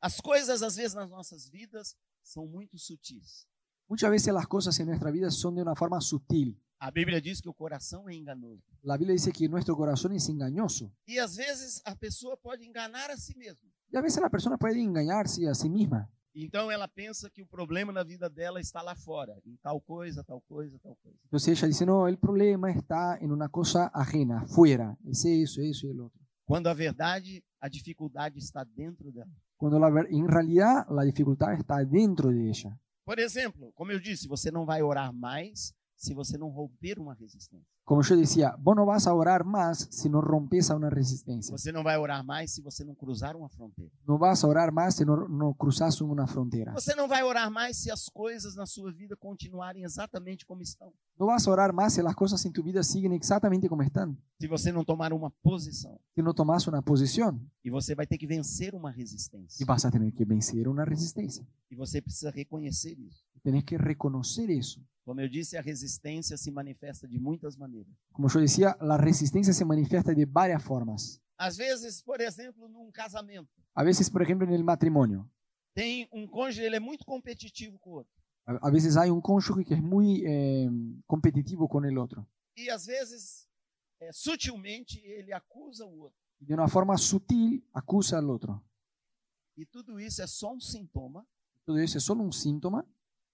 Speaker 1: As coisas, às vezes, nas nossas vidas são muito sutis.
Speaker 2: Muchas veces las cosas en nuestra vida son de una forma sutil.
Speaker 1: A Bíblia diz que o coração é enganoso.
Speaker 2: La Biblia dice que nuestro corazón es engañoso.
Speaker 1: E às vezes a pessoa pode enganar a si mesma.
Speaker 2: Y a veces la persona puede engañarse a sí misma.
Speaker 1: Então ela pensa que o problema na vida dela está lá fora, em tal coisa, tal coisa, tal coisa.
Speaker 2: Entonces ella dice, no, el problema está en una cosa ajena, fuera. Es eso, eso y el otro.
Speaker 1: Quando a verdade, a dificuldade está dentro dela.
Speaker 2: Cuando la ver- en realidad la dificultad está dentro de ella.
Speaker 1: Por exemplo, como eu disse, você não vai orar mais se você não romper uma resistência.
Speaker 2: Como yo decía, vos no vas a orar más si no rompes a una resistencia.
Speaker 1: Você não vai orar mais se você não cruzar uma fronteira.
Speaker 2: No vas a orar más si no, no cruzas una frontera.
Speaker 1: Você não vai orar mais se as coisas na sua vida continuarem exatamente como estão.
Speaker 2: No vas a orar más si las cosas en tu vida siguen exactamente como están.
Speaker 1: Se você não tomar uma posição.
Speaker 2: Si no tomas una posición
Speaker 1: E você vai ter que vencer uma
Speaker 2: y
Speaker 1: resistência.
Speaker 2: vas a tener que vencer una resistencia.
Speaker 1: E você precisa reconhecer isso.
Speaker 2: Tenés que reconocer eso.
Speaker 1: Como eu disse, a resistência se manifesta de muitas maneiras.
Speaker 2: Como yo decía, la resistencia se manifiesta de varias formas.
Speaker 1: Às vezes, por exemplo, num casamento,
Speaker 2: A veces, por ejemplo, en el matrimonio.
Speaker 1: tem um cônjuge, ele é muito competitivo com o outro.
Speaker 2: A a veces hay un cónyuge que es muy eh, competitivo con el otro.
Speaker 1: E às vezes, é, sutilmente, ele acusa o outro.
Speaker 2: De una forma sutil acusa al otro.
Speaker 1: E tudo isso é só um sintoma
Speaker 2: Todo eso es solo un síntoma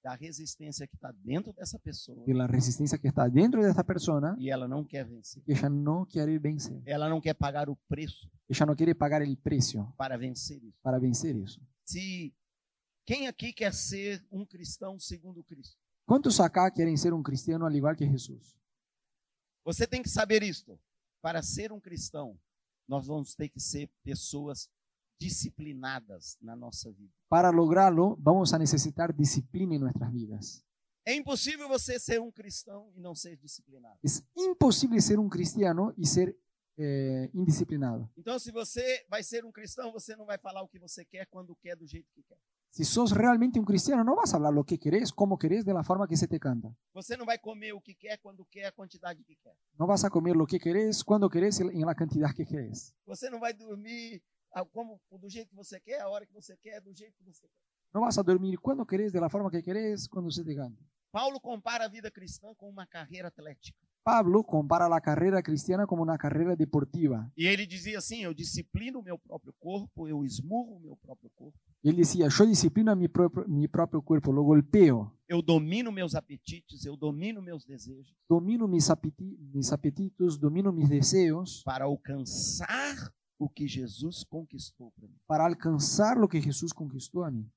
Speaker 1: da resistência que está dentro dessa pessoa
Speaker 2: de la resistencia que está dentro de esta persona
Speaker 1: e ela não quer vencer.
Speaker 2: que ella no quiere vencer.
Speaker 1: Ela não quer pagar o preço
Speaker 2: Ella no quiere pagar el precio
Speaker 1: para vencer isso.
Speaker 2: para vencer eso.
Speaker 1: Se quem aqui quer ser um cristão segundo Cristo?
Speaker 2: ¿Cuántos acá quieren ser un cristiano al igual que Jesús?
Speaker 1: Você tem que saber isto. Para ser um cristão, nós vamos ter que ser pessoas disciplinadas na nossa vida.
Speaker 2: Para lograrlo, vamos a necesitar disciplina en nuestras vidas.
Speaker 1: É impossível você ser um cristão e não ser disciplinado.
Speaker 2: Es imposible ser un cristiano y ser eh, indisciplinado.
Speaker 1: Então, se você vai ser um cristão, você não vai falar o que você quer, quando quer, do jeito que quer.
Speaker 2: Si sos realmente un cristiano, no vas a hablar lo que querés, cómo querés, de la forma que se te canta.
Speaker 1: Você não vai comer o que quer, quando quer, a quantidade que quer.
Speaker 2: No vas a comer lo que querés, cuando querés y en la cantidad que querés.
Speaker 1: Você não vai dormir a- como, do jeito que você quer, a hora que você quer, do jeito que você quer.
Speaker 2: No vas a dormir cuando querés, de la forma que querés, cuando se te canta.
Speaker 1: Paulo compara a vida cristã com uma carreira atlética.
Speaker 2: Pablo compara la carrera cristiana como una carrera deportiva.
Speaker 1: E ele dizia assim: Eu disciplino o meu próprio corpo, eu esmurro o meu próprio corpo,
Speaker 2: Y él decía, yo disciplino a mi, propio- mi propio cuerpo, lo golpeo,
Speaker 1: eu domino meus apetites, eu domino meus desejos,
Speaker 2: domino mis, apeti- mis apetitos, domino mis deseos
Speaker 1: para alcançar o que Jesus conquistou para mim.
Speaker 2: para alcanzar lo que Jesús conquistó a mí.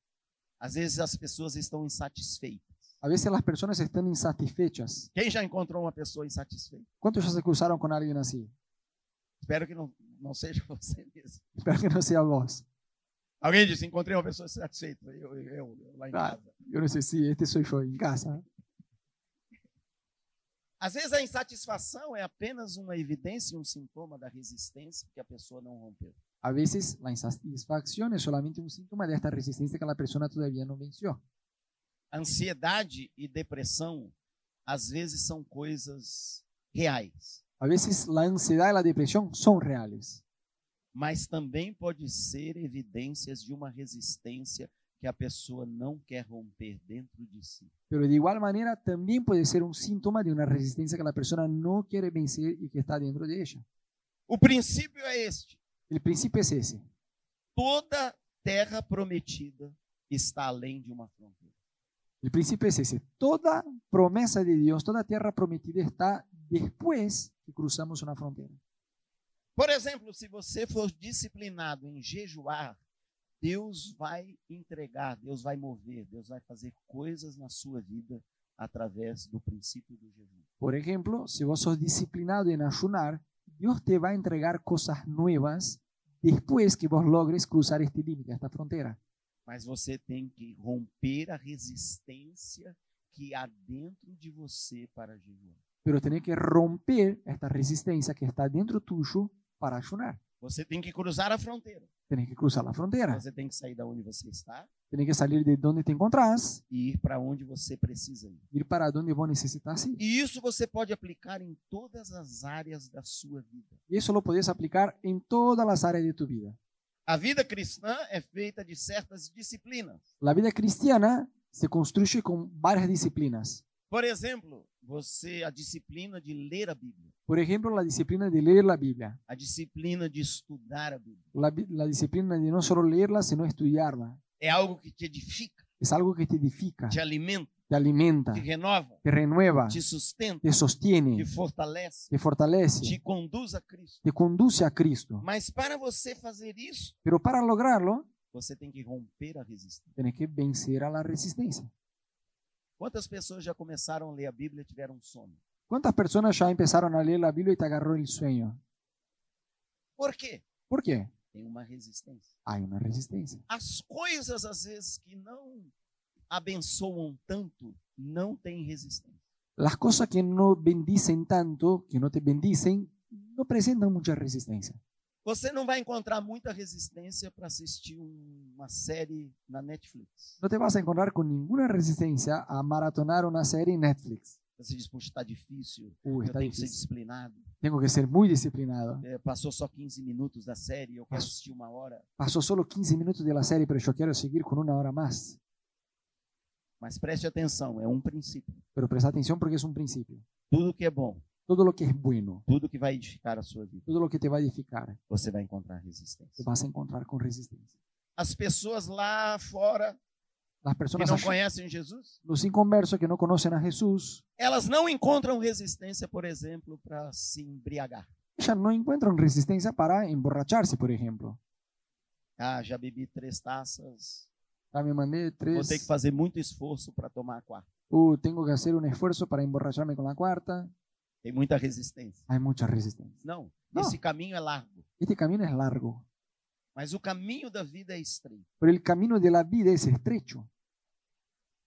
Speaker 1: Às vezes as pessoas estão insatisfeitas.
Speaker 2: A veces las personas están insatisfechas.
Speaker 1: Quem já encontrou uma pessoa insatisfeita?
Speaker 2: ¿Cuántos ya se cruzaron con alguien así?
Speaker 1: Espero que não, não seja você mesmo.
Speaker 2: Espero que no sea vos.
Speaker 1: Alguém disse: Encontrei uma pessoa insatisfeita, eu, eu, eu lá em
Speaker 2: Ah.
Speaker 1: casa.
Speaker 2: Yo no sé si este soy yo en casa.
Speaker 1: Às vezes a insatisfação é apenas uma evidência, um sintoma da resistência que a pessoa não rompeu.
Speaker 2: A veces la insatisfacción es solamente un síntoma de esta resistencia que la persona todavía no venció.
Speaker 1: Ansiedade e depressão às vezes são coisas reais,
Speaker 2: A veces la ansiedad y la depresión son reales,
Speaker 1: mas também pode ser evidências de uma resistência que a pessoa não quer romper dentro de si.
Speaker 2: pero de igual manera también puede ser un síntoma de una resistencia que la persona no quiere vencer y que está dentro de ella.
Speaker 1: O princípio é este:
Speaker 2: El principio es ese.
Speaker 1: toda terra prometida está além de uma fronteira.
Speaker 2: El principio es ese. Toda promesa de Dios, toda tierra prometida está después que cruzamos una frontera.
Speaker 1: Por exemplo, se você for disciplinado em jejuar, Deus vai entregar, Deus vai mover, Deus vai fazer coisas na sua vida através do princípio do jejum.
Speaker 2: Por ejemplo, si vos sos disciplinado en ayunar, Dios te va a entregar cosas nuevas después que vos logres cruzar este límite, esta frontera.
Speaker 1: Mas você tem que romper a resistência que há dentro de você para jejuar.
Speaker 2: Pero tenés que romper esta resistencia que está dentro tuyo para ayunar.
Speaker 1: Você tem que cruzar a fronteira.
Speaker 2: Tenés que cruzar la frontera.
Speaker 1: Você tem que sair da onde você está
Speaker 2: Tenés que salir de donde te encontrás,
Speaker 1: e ir para onde você precisa ir.
Speaker 2: ir para donde vos necesitas ir.
Speaker 1: E isso você pode aplicar em todas as áreas da sua vida.
Speaker 2: Y eso lo podés aplicar en todas las áreas de tu vida.
Speaker 1: A vida cristã é feita de certas disciplinas.
Speaker 2: La vida cristiana se construye con varias disciplinas.
Speaker 1: Por exemplo, você a disciplina de ler a Bíblia,
Speaker 2: Por ejemplo, la disciplina de leer la Biblia,
Speaker 1: a disciplina de estudar a Bíblia.
Speaker 2: la, bi- la disciplina de no solo leerla, sino estudiarla.
Speaker 1: É algo que te edifica,
Speaker 2: Es algo que te edifica,
Speaker 1: te alimenta,
Speaker 2: te alimenta,
Speaker 1: te renova,
Speaker 2: te renueva,
Speaker 1: te sustenta,
Speaker 2: te
Speaker 1: te
Speaker 2: sostiene,
Speaker 1: fortalece,
Speaker 2: te
Speaker 1: te
Speaker 2: fortalece,
Speaker 1: conduz a Cristo.
Speaker 2: te conduce a Cristo.
Speaker 1: Mas para você fazer isso,
Speaker 2: Pero para lograrlo,
Speaker 1: você tem que romper a resistência.
Speaker 2: tenés que vencer a la resistencia.
Speaker 1: Quantas pessoas já começaram a ler a Bíblia e tiveram um sono?
Speaker 2: ¿Cuántas personas ya empezaron a leer la Biblia y te agarró el sueño?
Speaker 1: Por quê?
Speaker 2: ¿Por qué?
Speaker 1: Tem uma resistência.
Speaker 2: Hay una resistencia.
Speaker 1: As coisas, às vezes, que não abençoam tanto, não têm resistência.
Speaker 2: Las cosas que no bendicen tanto, que no te bendicen, no presentan mucha resistencia.
Speaker 1: Você não vai encontrar muita resistência para assistir um- uma série na Netflix.
Speaker 2: No te vas a encontrar con ninguna resistencia a maratonar una serie en Netflix.
Speaker 1: Você diz, poxa, está difícil, eu
Speaker 2: Uy, está
Speaker 1: tenho que ser
Speaker 2: tá difícil.
Speaker 1: disciplinado.
Speaker 2: Tengo que ser muy disciplinado.
Speaker 1: É, passou só 15 minutos da série, eu quero assistir uma hora.
Speaker 2: Pasó solo 15 minutos de la serie, pero yo quiero seguir con una hora más.
Speaker 1: Mas preste atenção, é um princípio.
Speaker 2: Pero presta atención porque es un principio.
Speaker 1: Tudo que é bom,
Speaker 2: Todo lo que es bueno,
Speaker 1: tudo que vai edificar a sua vida,
Speaker 2: todo lo que te va a edificar,
Speaker 1: você vai encontrar
Speaker 2: te
Speaker 1: resistência.
Speaker 2: vas a encontrar con resistencia.
Speaker 1: As pessoas lá fora
Speaker 2: Las
Speaker 1: que
Speaker 2: personas,
Speaker 1: não
Speaker 2: ach-
Speaker 1: conhecem Jesus,
Speaker 2: los inconversos que no conocen a Jesús,
Speaker 1: elas não encontram resistência, por exemplo, para se embriagar.
Speaker 2: ellas no encuentran resistencia para emborracharse, por ejemplo.
Speaker 1: Ah, já bebi três taças,
Speaker 2: Ya me mandé
Speaker 1: vou ter que
Speaker 2: tres.
Speaker 1: fazer muito esforço para tomar a quarta.
Speaker 2: Uh, tengo que hacer un esfuerzo para emborracharme con la cuarta.
Speaker 1: Tem muita resistência.
Speaker 2: Hay mucha resistencia.
Speaker 1: Não,
Speaker 2: Não.
Speaker 1: esse caminho é largo,
Speaker 2: Este camino es largo,
Speaker 1: mas o caminho da vida é estreito.
Speaker 2: pero el camino de la vida es estrecho.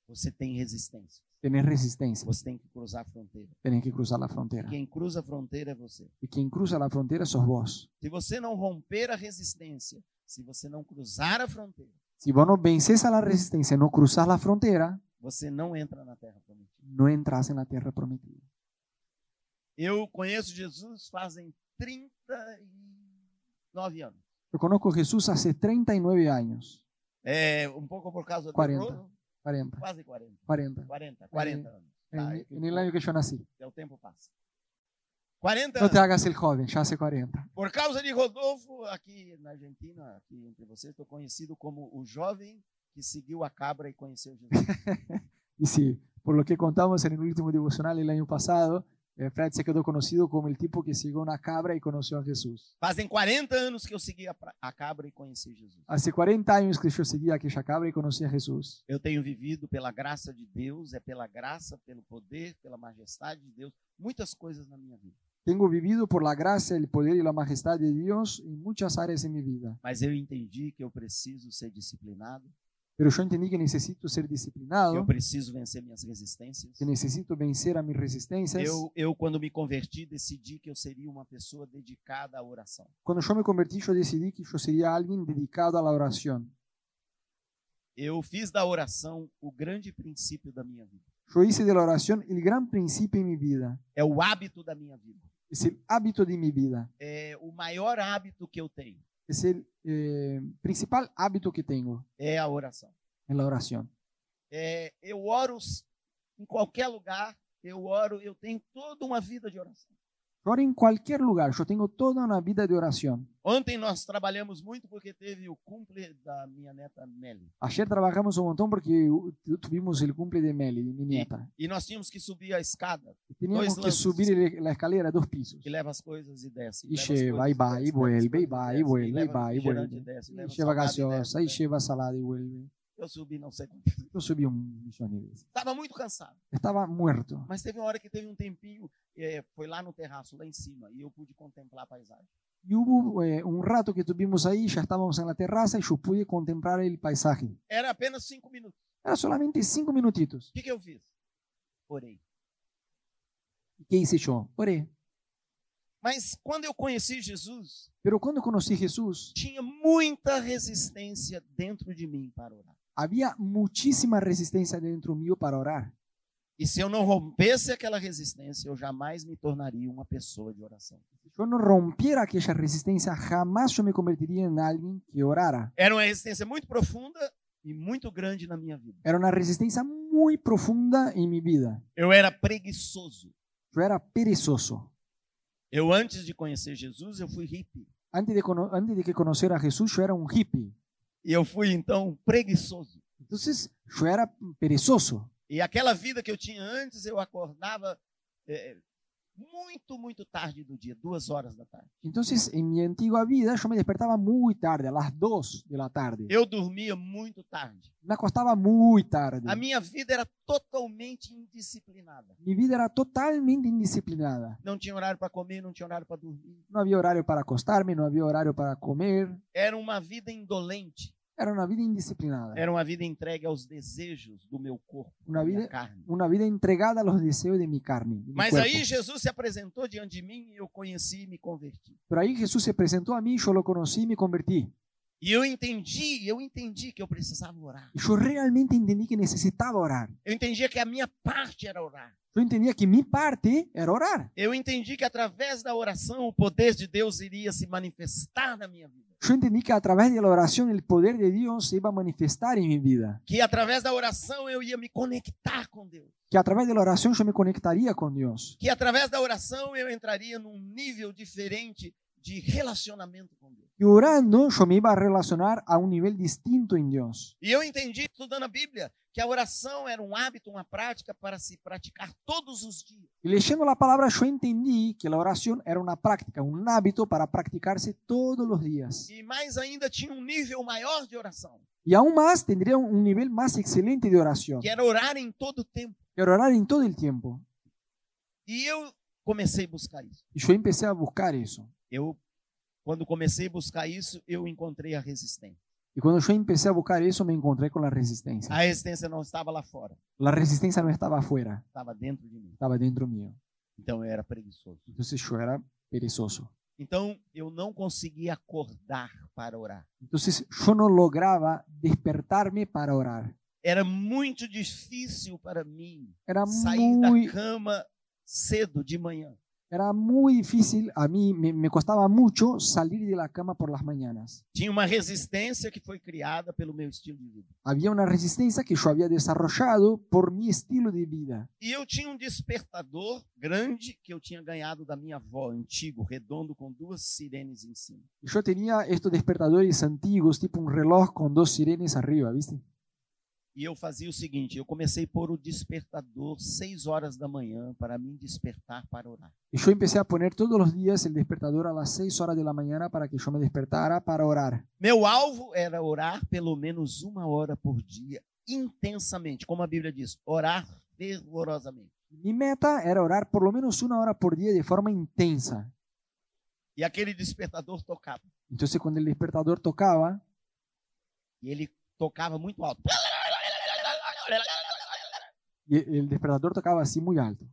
Speaker 1: Você tem resistência,
Speaker 2: Tenés resistencia,
Speaker 1: você tem que cruzar a fronteira.
Speaker 2: tenés que cruzar la frontera.
Speaker 1: Quem cruza a fronteira é você.
Speaker 2: Y quien cruza la frontera sos vos.
Speaker 1: Se você não romper a resistência, se você não cruzar a fronteira,
Speaker 2: Si vos no vences a la resistencia, no cruzas la frontera,
Speaker 1: você não entra na terra prometida.
Speaker 2: no entras en la tierra prometida.
Speaker 1: Eu conheço Jesus fazem 39 anos.
Speaker 2: Yo conozco a Jesús hace 39 años,
Speaker 1: É, um pouco por causa do
Speaker 2: 40.
Speaker 1: Bruno,
Speaker 2: 40,
Speaker 1: quase 40.
Speaker 2: 40.
Speaker 1: 40, 40 anos. Tá, é
Speaker 2: En,
Speaker 1: que
Speaker 2: en el año que yo nací.
Speaker 1: o tempo passa. 40
Speaker 2: No te
Speaker 1: anos.
Speaker 2: hagas el joven, ya hace 40.
Speaker 1: Por causa de Rodolfo, aqui na Argentina, aqui entre vocês, estou conhecido como o jovem que seguiu a cabra e conheceu Jesus.
Speaker 2: Y sí, por lo que contamos en el último devocional el año pasado, eh, Fred se quedó conocido como el tipo que siguió una cabra y conoció a Jesús.
Speaker 1: Fazem 40 anos que eu segui a, pra- a cabra e conheci Jesus.
Speaker 2: Hace 40 años que yo seguía a aquella cabra y conocí a Jesús.
Speaker 1: Eu tenho vivido pela graça de Deus, é pela graça, pelo poder, pela majestade de Deus, muitas coisas na minha vida.
Speaker 2: Tengo vivido por la gracia, el poder y la majestad de Dios en muchas áreas de mi vida,
Speaker 1: Mas eu entendi que eu preciso ser disciplinado,
Speaker 2: pero yo entendí que necesito ser
Speaker 1: que eu
Speaker 2: disciplinado,
Speaker 1: preciso vencer minhas resistências.
Speaker 2: Então? que necesito vencer a mis resistencias.
Speaker 1: Eu, eu, quando me converti, decidi que eu seria uma pessoa dedicada à oração.
Speaker 2: Cuando yo me convertí, yo decidí que yo sería alguien dedicado a la oración.
Speaker 1: Eu fiz da oração o grande princípio da minha vida.
Speaker 2: Yo hice de la oración el gran principio en mi vida,
Speaker 1: É o hábito da minha vida.
Speaker 2: es el hábito de mi vida.
Speaker 1: É o maior hábito que eu tenho
Speaker 2: es el eh, principal hábito que tengo
Speaker 1: é a oração.
Speaker 2: en la oración.
Speaker 1: É, eu oro s- em qualquer lugar, eu oro, eu tenho toda uma vida de oração.
Speaker 2: Yo oro en cualquier lugar, yo tengo toda una vida de oración.
Speaker 1: Ontem nós trabalhamos muito porque teve o cumple da minha neta Nelly.
Speaker 2: Ayer trabajamos un montón porque uh, tu- tuvimos el cumple de Meli, de mi nieta.
Speaker 1: E nós tínhamos que subir a escada,
Speaker 2: Y Teníamos
Speaker 1: Dois
Speaker 2: que
Speaker 1: lances.
Speaker 2: subir el- la escalera dos pisos.
Speaker 1: que leva as coisas e desce.
Speaker 2: E chega, e vai, e vuelve, e vai, e vuelve, e vai, e vuelve. Y lleva gaseosa, y lleva salada y vuelve.
Speaker 1: Eu subi, não sei como.
Speaker 2: Yo subí un millón de veces.
Speaker 1: Estava muito cansado.
Speaker 2: Estaba muerto.
Speaker 1: Mas teve uma hora que teve um tempinho, eh, foi lá no terraço, lá em cima, e eu pude contemplar a paisagem.
Speaker 2: Y hubo eh, un rato que tuvimos ahí, ya estábamos en la terraza y yo pude contemplar el paisaje.
Speaker 1: Era apenas cinco minutos.
Speaker 2: Era solamente cinco minutitos.
Speaker 1: O que, que eu fiz? Orei.
Speaker 2: ¿Y qué hice yo? Oré.
Speaker 1: Mas quando eu conheci Jesus,
Speaker 2: Pero cuando conocí a Jesús,
Speaker 1: tinha muita resistência dentro de mim para orar.
Speaker 2: había muchísima resistencia dentro mío para orar.
Speaker 1: E se eu não rompesse aquela resistência, eu jamais me tornaria uma pessoa de oração.
Speaker 2: Si yo no rompiera aquella resistencia, jamás yo me convertiría en alguien que orara.
Speaker 1: Era uma resistência muito profunda e muito grande na minha vida.
Speaker 2: Era una resistencia muy profunda en mi vida.
Speaker 1: Eu era preguiçoso.
Speaker 2: Yo era perezoso.
Speaker 1: Eu, antes de conhecer Jesus, eu fui hippie.
Speaker 2: Antes de, cono- antes de que conociera a Jesús, yo era un hippie.
Speaker 1: E eu fui, então, preguiçoso.
Speaker 2: Entonces, yo era perezoso.
Speaker 1: E aquela vida que eu tinha antes, eu acordava eh, muito, muito tarde do dia, duas horas da tarde.
Speaker 2: Entonces, en mi antigua vida, yo me despertaba muy tarde, a las 2 de la tarde.
Speaker 1: Eu dormia muito tarde.
Speaker 2: Me acostaba muy tarde.
Speaker 1: A minha vida era totalmente indisciplinada.
Speaker 2: Mi vida era totalmente indisciplinada.
Speaker 1: Não tinha horário para comer, não tinha horário para dormir.
Speaker 2: No había horario para acostarme, no había horario para comer.
Speaker 1: Era uma vida indolente.
Speaker 2: Era una vida indisciplinada.
Speaker 1: Era uma vida entregue aos desejos do meu corpo,
Speaker 2: Una
Speaker 1: da minha
Speaker 2: vida,
Speaker 1: carne.
Speaker 2: una vida entregada a los deseos de mi carne. de mi
Speaker 1: Mas
Speaker 2: cuerpo.
Speaker 1: aí Jesus se apresentou diante de mim e eu conheci e me converti.
Speaker 2: Pero ahí Jesús se presentó a mí, yo lo conocí y me convertí.
Speaker 1: E eu entendi, eu entendi que eu precisava orar.
Speaker 2: Y yo realmente entendí que necesitaba orar.
Speaker 1: Eu entendia que a minha parte era orar.
Speaker 2: Yo entendía que mi parte era orar.
Speaker 1: Eu entendi que através da oração o poder de Deus iria se manifestar na minha vida.
Speaker 2: Yo entendí que a través de la oración el poder de Dios se iba a manifestar en mi vida.
Speaker 1: Que através da oração eu ia me conectar com Deus.
Speaker 2: Que a través de la oración yo me conectaría con Dios.
Speaker 1: Que através da oração eu entraria num nível diferente de relacionamento com Deus.
Speaker 2: Y orando yo me iba a relacionar a un nivel distinto en Dios.
Speaker 1: E eu entendi, estudando a Bíblia, que a oração era um hábito, uma prática para se praticar todos os dias.
Speaker 2: Y leyendo la palabra yo entendí que la oración era una práctica, un hábito para practicarse todos los días.
Speaker 1: E mais ainda tinha um nível maior de oração,
Speaker 2: Y aún más tendría un un nivel más excelente de oración.
Speaker 1: que era orar em todo o tempo.
Speaker 2: Que era orar en todo el tiempo.
Speaker 1: E eu comecei a buscar isso.
Speaker 2: Y yo empecé a buscar eso.
Speaker 1: Eu, quando comecei a buscar isso, eu encontrei a resistência.
Speaker 2: Y cuando yo empecé a buscar eso me encontré con la resistencia.
Speaker 1: A resistência não estava lá fora,
Speaker 2: La resistencia no estaba afuera,
Speaker 1: estava dentro de mim.
Speaker 2: estaba dentro mío.
Speaker 1: Então eu era preguiçoso.
Speaker 2: Entonces yo era perezoso.
Speaker 1: Então eu não conseguia acordar para orar.
Speaker 2: Entonces yo no lograba despertarme para orar.
Speaker 1: Era muito difícil para mim
Speaker 2: Era
Speaker 1: sair
Speaker 2: muy,
Speaker 1: da cama cedo de manhã.
Speaker 2: era muy difícil, a mí me, me costaba mucho salir de la cama por las mañanas.
Speaker 1: Tinha uma resistência que foi criada pelo meu estilo de vida.
Speaker 2: Había una resistencia que yo había desarrollado por mi estilo de vida.
Speaker 1: E eu tinha um despertador grande que eu tinha ganhado da minha avó, antigo, redondo, com duas sirenes em cima.
Speaker 2: Yo tenía estos despertadores antiguos, tipo un reloj con dos sirenas arriba, ¿viste?
Speaker 1: E eu fazia o seguinte: eu comecei a pôr o despertador seis horas da manhã para me despertar para orar.
Speaker 2: Y yo empecé a poner todos los días el despertador a las 6 horas de la mañana para que yo me despertara para orar.
Speaker 1: Meu alvo era orar pelo menos uma hora por dia, intensamente, como a Bíblia diz, orar fervorosamente.
Speaker 2: Mi meta era orar por lo menos una hora por día de forma intensa.
Speaker 1: E aquele despertador tocava.
Speaker 2: Entonces cuando el despertador tocaba,
Speaker 1: E ele tocava muito alto.
Speaker 2: y el despertador tocaba así muy alto.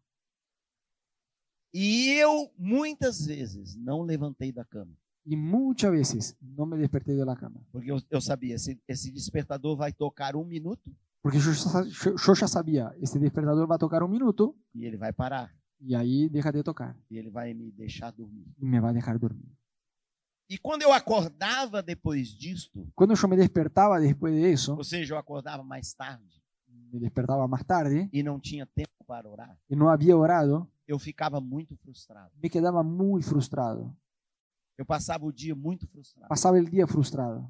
Speaker 1: E eu, muitas vezes, não levantei da cama.
Speaker 2: Y muchas veces no me desperté de la cama.
Speaker 1: Porque eu, eu sabia, esse, esse despertador vai tocar um minuto
Speaker 2: Porque yo, ya sa- yo- yo ya sabía, este despertador va a tocar un minuto
Speaker 1: e ele vai parar.
Speaker 2: y ahí deja de tocar
Speaker 1: E ele vai me deixar dormir.
Speaker 2: y me va a dejar dormir.
Speaker 1: E quando eu acordava depois disto,
Speaker 2: Cuando yo me despertaba después de eso,
Speaker 1: ou seja, eu acordava mais tarde
Speaker 2: me despertaba más tarde
Speaker 1: e não tinha tempo para orar,
Speaker 2: y no había orado,
Speaker 1: eu ficava muito frustrado.
Speaker 2: me quedaba muy frustrado.
Speaker 1: Eu passava o dia muito frustrado.
Speaker 2: Pasaba el día frustrado.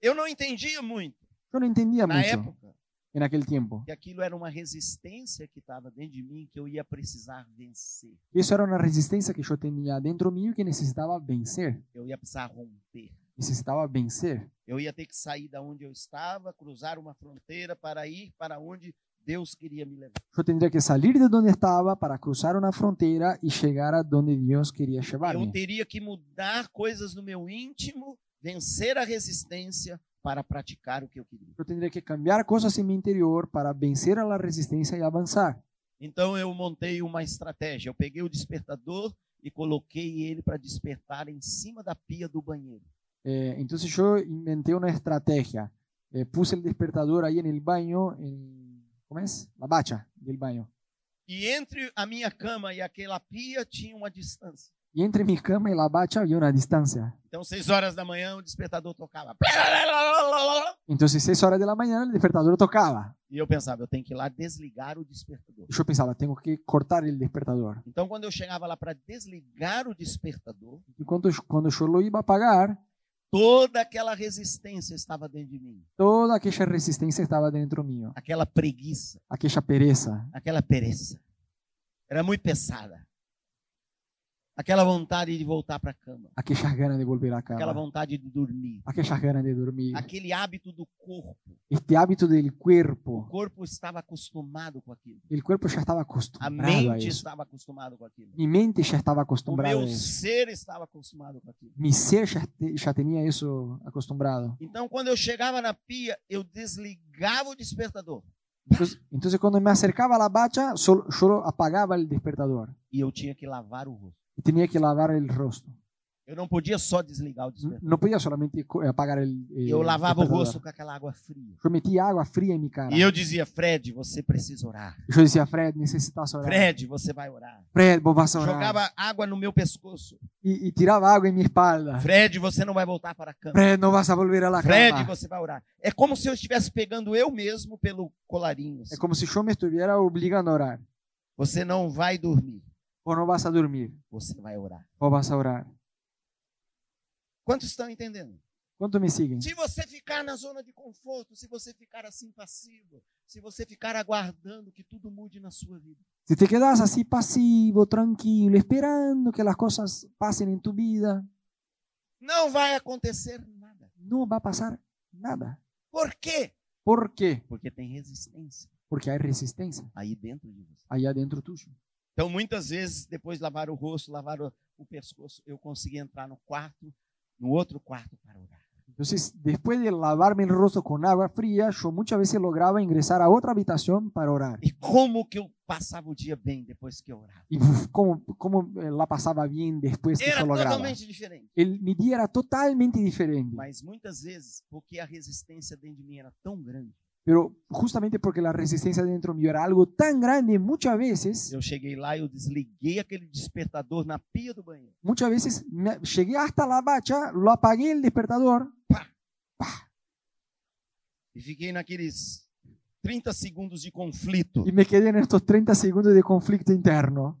Speaker 1: Eu não entendia muito
Speaker 2: Yo no entendía
Speaker 1: na
Speaker 2: mucho
Speaker 1: época
Speaker 2: en aquel tiempo.
Speaker 1: que aquilo era uma resistência que estava dentro de mim que eu ia precisar vencer,
Speaker 2: Eso era una resistencia que yo tenía dentro mío que necesitaba vencer.
Speaker 1: eu ia precisar romper.
Speaker 2: Necesitaba vencer.
Speaker 1: Eu ia ter que sair da onde eu estava, cruzar uma fronteira para ir para onde Deus queria me levar.
Speaker 2: Yo tendría que salir de donde estaba para cruzar una frontera y llegar a donde Dios quería
Speaker 1: Eu
Speaker 2: llevarme.
Speaker 1: teria que mudar coisas no meu íntimo, vencer a resistência para praticar o que eu queria.
Speaker 2: Yo tendría que cambiar cosas en mi interior para vencer a la resistencia y avanzar.
Speaker 1: Então eu montei uma estratégia. Eu peguei o despertador e coloquei ele para despertar em cima da pia do banheiro.
Speaker 2: Eh, entonces yo inventé una estrategia. Eh, puse el despertador ahí en el baño, en, ¿cómo es? La bacha del baño.
Speaker 1: E entre a minha cama e aquela pia tinha uma distância.
Speaker 2: Y entre mi cama y la bacha había una distancia.
Speaker 1: Então, seis horas da manhã, o despertador tocava.
Speaker 2: Entonces, 6 horas de la mañana el despertador tocaba.
Speaker 1: E eu pensava, eu tenho que ir lá desligar o despertador.
Speaker 2: Yo pensaba, tengo que cortar el despertador.
Speaker 1: Então, quando eu chegava lá para desligar o despertador,
Speaker 2: Y cuando, cuando yo lo iba a apagar,
Speaker 1: toda aquela resistência estava dentro de mim.
Speaker 2: toda aquella resistencia estaba dentro mío.
Speaker 1: Aquela preguiça,
Speaker 2: Aquella pereza
Speaker 1: aquela pereça. Era muito pesada. Aquela vontade de voltar para a cama.
Speaker 2: aquellas ganas de volver a
Speaker 1: Aquela
Speaker 2: cama,
Speaker 1: vontade de dormir.
Speaker 2: aquellas ganas de dormir,
Speaker 1: Aquele hábito do corpo.
Speaker 2: este hábito del
Speaker 1: O
Speaker 2: cuerpo,
Speaker 1: corpo estava acostumado com aquilo.
Speaker 2: el cuerpo ya estaba
Speaker 1: A
Speaker 2: acostumbrado a
Speaker 1: mente
Speaker 2: eso,
Speaker 1: estava acostumada com aquilo.
Speaker 2: mi mente ya estaba
Speaker 1: O
Speaker 2: acostumbrada a
Speaker 1: meu
Speaker 2: eso,
Speaker 1: ser estava acostumado com aquilo.
Speaker 2: mi ser ya, te- ya tenía eso acostumbrado.
Speaker 1: Então, quando eu chegava na pia, eu desligava o despertador
Speaker 2: Entonces, entonces cuando me acercaba a la bacha, solo, solo apagaba el despertador
Speaker 1: e eu tinha que lavar o rosto.
Speaker 2: y tenía que lavar el rostro.
Speaker 1: Eu não podia só desligar o
Speaker 2: N-
Speaker 1: despertador.
Speaker 2: No podía solamente co- apagar el, eh,
Speaker 1: Eu lavava o
Speaker 2: despertador.
Speaker 1: rosto com aquela água fria.
Speaker 2: Yo metía agua fría en mi cara.
Speaker 1: E eu dizia, Fred, você precisa orar.
Speaker 2: Yo decía, Fred, necesitas orar.
Speaker 1: Fred, você vai orar.
Speaker 2: Fred, vos vas a orar.
Speaker 1: Jogava água no meu pescoço.
Speaker 2: Y, y tiraba agua en mi espalda.
Speaker 1: Fred, você não vai voltar para a cama.
Speaker 2: Fred, no vas a volver a la
Speaker 1: Fred,
Speaker 2: cama.
Speaker 1: você vai orar. É como se eu estivesse pegando eu mesmo pelo colarinho. assim.
Speaker 2: Es É como si yo me estuviera obligando a orar.
Speaker 1: Você não vai dormir,
Speaker 2: Vos no vas a dormir,
Speaker 1: você vai orar.
Speaker 2: vos vas a orar.
Speaker 1: Quantos estão entendendo?
Speaker 2: ¿Cuánto me siguen?
Speaker 1: Se você ficar na zona de conforto, se você ficar assim passivo, se você ficar aguardando que tudo mude na sua vida,
Speaker 2: Si te quedas así pasivo, tranquilo, esperando que las cosas pasen en tu vida,
Speaker 1: não vai acontecer nada.
Speaker 2: no va a pasar nada.
Speaker 1: Por quê?
Speaker 2: ¿Por qué?
Speaker 1: Porque tem resistência
Speaker 2: Porque hay resistencia
Speaker 1: aí dentro de você.
Speaker 2: allá dentro tuyo.
Speaker 1: Então, muitas vezes, depois de lavar o rosto, lavar o, o pescoço, eu consegui entrar no quarto, no outro quarto para orar.
Speaker 2: Entonces, después de lavarme el rostro con agua fría, yo muchas veces lograba ingresar a otra habitación para orar.
Speaker 1: E como que eu passava o dia bem depois que eu orava?
Speaker 2: Y uf, cómo, cómo eh, la pasaba bien después que
Speaker 1: Era
Speaker 2: yo lograba.
Speaker 1: totalmente diferente.
Speaker 2: El, mi día era totalmente diferente.
Speaker 1: Mas muitas vezes, porque a resistência dentro de mim era tão grande,
Speaker 2: Pero justamente porque la resistencia dentro mío era algo tan grande, muchas veces,
Speaker 1: eu cheguei lá e eu desliguei aquele despertador na pia do banheiro.
Speaker 2: muchas veces me- llegué hasta la bacha, lo apagué el despertador
Speaker 1: E fiquei naqueles 30 segundos de conflito.
Speaker 2: y me quedé en estos 30 segundos de conflicto interno.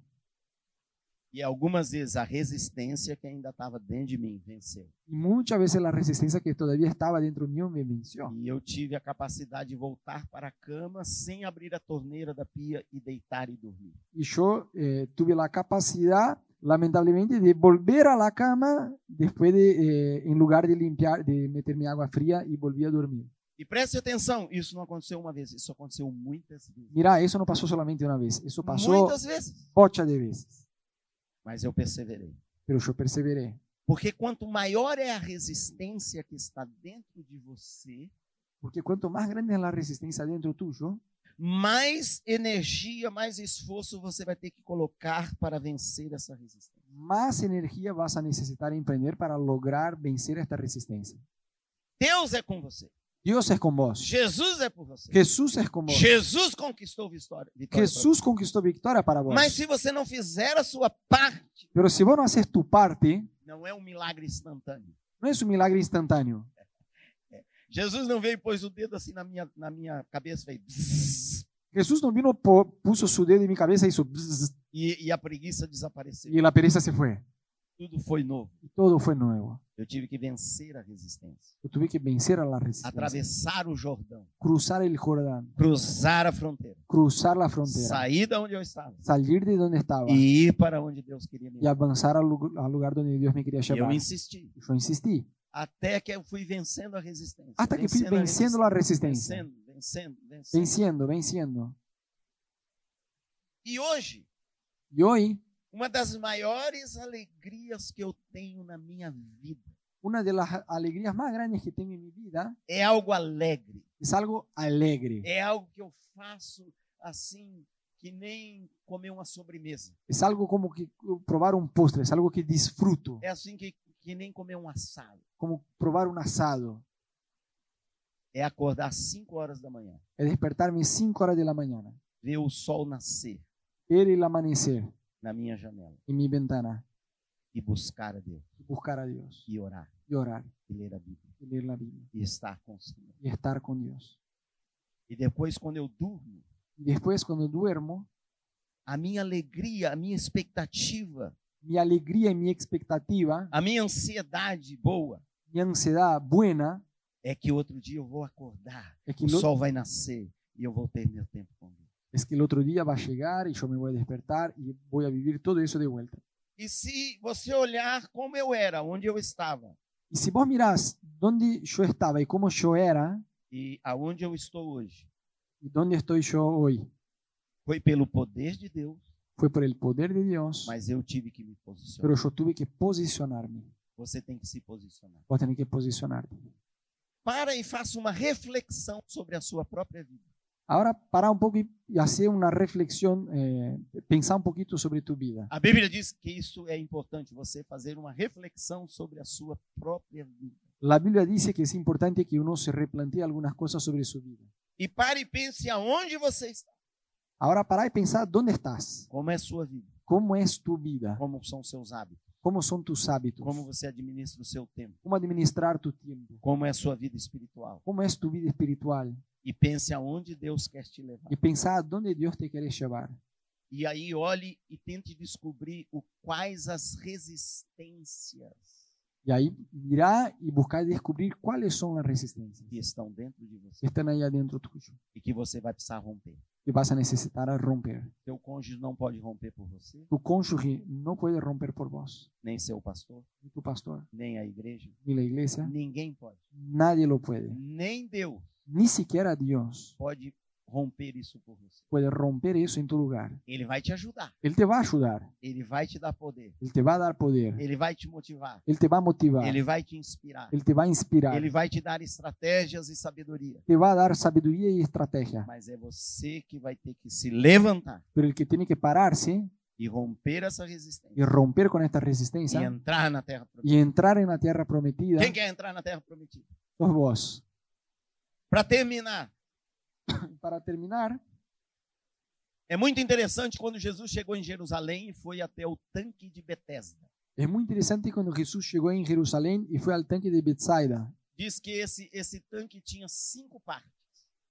Speaker 1: E algumas vezes a resistência que ainda estava dentro de mim venceu.
Speaker 2: Y muchas veces la resistencia que todavía estaba dentro mío me venció.
Speaker 1: E eu tive a capacidade de voltar para a cama sem abrir a torneira da pia e deitar e dormir.
Speaker 2: y yo eh, tuve la capacidad, lamentablemente, de volver a la cama después de, eh, en lugar de limpiar, de meterme agua fría y volví a dormir.
Speaker 1: E preste atenção, isso não aconteceu uma vez, isso aconteceu muitas vezes.
Speaker 2: Mira, eso no pasó solamente una vez, eso pasó
Speaker 1: Muitas vezes.
Speaker 2: pocha de veces,
Speaker 1: Mas eu perseverei.
Speaker 2: pero yo perseveré,
Speaker 1: Porque quanto maior é a resistência que está dentro de você,
Speaker 2: porque cuanto más grande es la resistencia dentro tuyo,
Speaker 1: mais energia, mais esforço você vai ter que colocar para vencer essa resistência.
Speaker 2: más energía vas a necesitar emprender para lograr vencer esta resistencia.
Speaker 1: Deus é com você.
Speaker 2: Dios es con vos,
Speaker 1: Jesus é por você.
Speaker 2: Jesús es con vos,
Speaker 1: Jesus conquistou vitória. vitória
Speaker 2: Jesús conquistó victoria para
Speaker 1: pra você.
Speaker 2: vos.
Speaker 1: Mas se você não fizer a sua parte,
Speaker 2: Pero si vos no haces tu parte,
Speaker 1: não é um milagre instantâneo.
Speaker 2: no es un milagro instantáneo.
Speaker 1: Jesus não veio e pôs o dedo assim na minha, na minha cabeça e fez bzzz,
Speaker 2: Jesús no vino, po- puso su dedo en mi cabeza, hizo bzzz,
Speaker 1: e, e a preguiça desapareceu.
Speaker 2: y la pereza se fue.
Speaker 1: Tudo foi novo.
Speaker 2: Y todo fue nuevo.
Speaker 1: Eu tive que vencer a resistência,
Speaker 2: Yo tuve que vencer a la resistencia,
Speaker 1: atravessar o Jordão,
Speaker 2: cruzar el Jordán,
Speaker 1: cruzar a fronteira,
Speaker 2: cruzar la frontera,
Speaker 1: sair da onde eu estaba
Speaker 2: salir de donde estaba
Speaker 1: e ir para onde Deus queria me
Speaker 2: y
Speaker 1: levar.
Speaker 2: avanzar al lugar, al lugar donde Dios me quería
Speaker 1: Eu
Speaker 2: llevar.
Speaker 1: insisti
Speaker 2: Yo insistí
Speaker 1: até que eu fui vencendo a resistência.
Speaker 2: hasta que fui
Speaker 1: a
Speaker 2: venciendo la resistencia,
Speaker 1: Vencendo, vencendo, vencendo.
Speaker 2: venciendo, venciendo.
Speaker 1: E hoje,
Speaker 2: Y hoy,
Speaker 1: uma das maiores alegrias que eu tenho na minha vida
Speaker 2: una de las alegrías más grandes que tengo en mi vida
Speaker 1: é algo alegre,
Speaker 2: es algo alegre,
Speaker 1: é algo que eu faço assim, que nem comer uma sobremesa,
Speaker 2: es algo como que uh, probar un postre, es algo que disfruto,
Speaker 1: é assim que, que nem comer um assado,
Speaker 2: como probar un asado.
Speaker 1: é acordar às 5 horas da manhã,
Speaker 2: es despertarme 5 horas de la mañana,
Speaker 1: ver o sol nascer
Speaker 2: ver el amanecer
Speaker 1: na minha janela
Speaker 2: en mi ventana
Speaker 1: e buscar a Deus,
Speaker 2: y buscar a Dios
Speaker 1: e orar,
Speaker 2: y orar
Speaker 1: e ler a Bíblia,
Speaker 2: y leer la Biblia
Speaker 1: e estar com o Senhor.
Speaker 2: y estar con Dios.
Speaker 1: E depois, quando eu durmo,
Speaker 2: Y después cuando duermo,
Speaker 1: a minha alegria, a minha expectativa,
Speaker 2: mi alegría y mi expectativa,
Speaker 1: a minha ansiedade boa
Speaker 2: mi ansiedad buena
Speaker 1: é que outro dia eu vou acordar
Speaker 2: es que,
Speaker 1: o
Speaker 2: el o-
Speaker 1: sol vai nascer e eu vou ter meu tempo com Deus.
Speaker 2: es que el otro día va a llegar y yo me voy a despertar y voy a vivir todo eso de vuelta.
Speaker 1: E se você olhar como eu era, onde eu estava
Speaker 2: Y si vos mirás dónde yo estaba y cómo yo era
Speaker 1: e aonde eu estou hoje,
Speaker 2: y dónde estoy yo hoy,
Speaker 1: foi pelo poder de Deus,
Speaker 2: fue por el poder de Dios,
Speaker 1: mas eu tive que me
Speaker 2: pero
Speaker 1: posicionar.
Speaker 2: yo tuve que posicionarme.
Speaker 1: Você tem que se posicionar.
Speaker 2: Vos tenés que posicionarte.
Speaker 1: Para e faça uma reflexão sobre a sua própria vida.
Speaker 2: Ahora para un poco y, y hacer una reflexión, eh, pensá un poquito sobre tu vida.
Speaker 1: A Bíblia diz que isso é importante, você fazer uma reflexão sobre a sua própria vida.
Speaker 2: La Biblia dice que es importante que uno se replantee algunas cosas sobre su vida.
Speaker 1: E pare e pense aonde você está,
Speaker 2: Ahora pará y pensá dónde estás,
Speaker 1: como é a sua vida,
Speaker 2: cómo es tu vida,
Speaker 1: como são seus hábitos,
Speaker 2: cómo son tus hábitos,
Speaker 1: como você administra o seu tempo,
Speaker 2: cómo administrar tu tiempo,
Speaker 1: como é a sua vida espiritual.
Speaker 2: cómo es tu vida espiritual
Speaker 1: E pense aonde Deus quer te levar.
Speaker 2: y pensá dónde Dios te quiere llevar.
Speaker 1: E aí olhe e tente descobrir o, quais as resistências
Speaker 2: Y ahí mirá y buscá descubrir cuáles son las resistencias
Speaker 1: que estão dentro de você
Speaker 2: que están ahí adentro tuyo
Speaker 1: e que você vai precisar romper.
Speaker 2: que vas a necesitar a romper.
Speaker 1: Seu cônjuge não pode romper por você,
Speaker 2: Tu cónyuge no puede romper por vos,
Speaker 1: nem seu pastor,
Speaker 2: ni tu pastor,
Speaker 1: nem a igreja,
Speaker 2: ni la iglesia.
Speaker 1: ninguém pode.
Speaker 2: Nadie lo puede.
Speaker 1: Nem Deus
Speaker 2: Ni siquiera Dios
Speaker 1: pode romper isso por você.
Speaker 2: puede romper eso en tu lugar.
Speaker 1: Ele vai te ajudar,
Speaker 2: Él te va a ayudar,
Speaker 1: ele vai te dar poder,
Speaker 2: Él te va a dar poder,
Speaker 1: ele vai te motivar,
Speaker 2: Él te va a motivar,
Speaker 1: ele vai te inspirar,
Speaker 2: Él te va a inspirar,
Speaker 1: ele vai te dar estratégias e sabedoria.
Speaker 2: te va a dar sabiduría y estrategia.
Speaker 1: Mas é você que vai ter que se levantar
Speaker 2: Pero el que tiene que pararse
Speaker 1: e romper essa
Speaker 2: y
Speaker 1: resistência
Speaker 2: romper con esta
Speaker 1: e
Speaker 2: resistencia
Speaker 1: entrar na terra prometida.
Speaker 2: y entrar en la tierra prometida,
Speaker 1: Quem quer entrar na terra prometida?
Speaker 2: sos vos.
Speaker 1: Para terminar,
Speaker 2: Y Para terminar,
Speaker 1: é muito interessante quando Jesus chegou em Jerusalém e foi até o tanque de Betesda.
Speaker 2: es muy interesante cuando Jesús llegó en Jerusalén y fue al tanque de Bethsaida.
Speaker 1: Diz que esse esse tanque tinha cinco partes.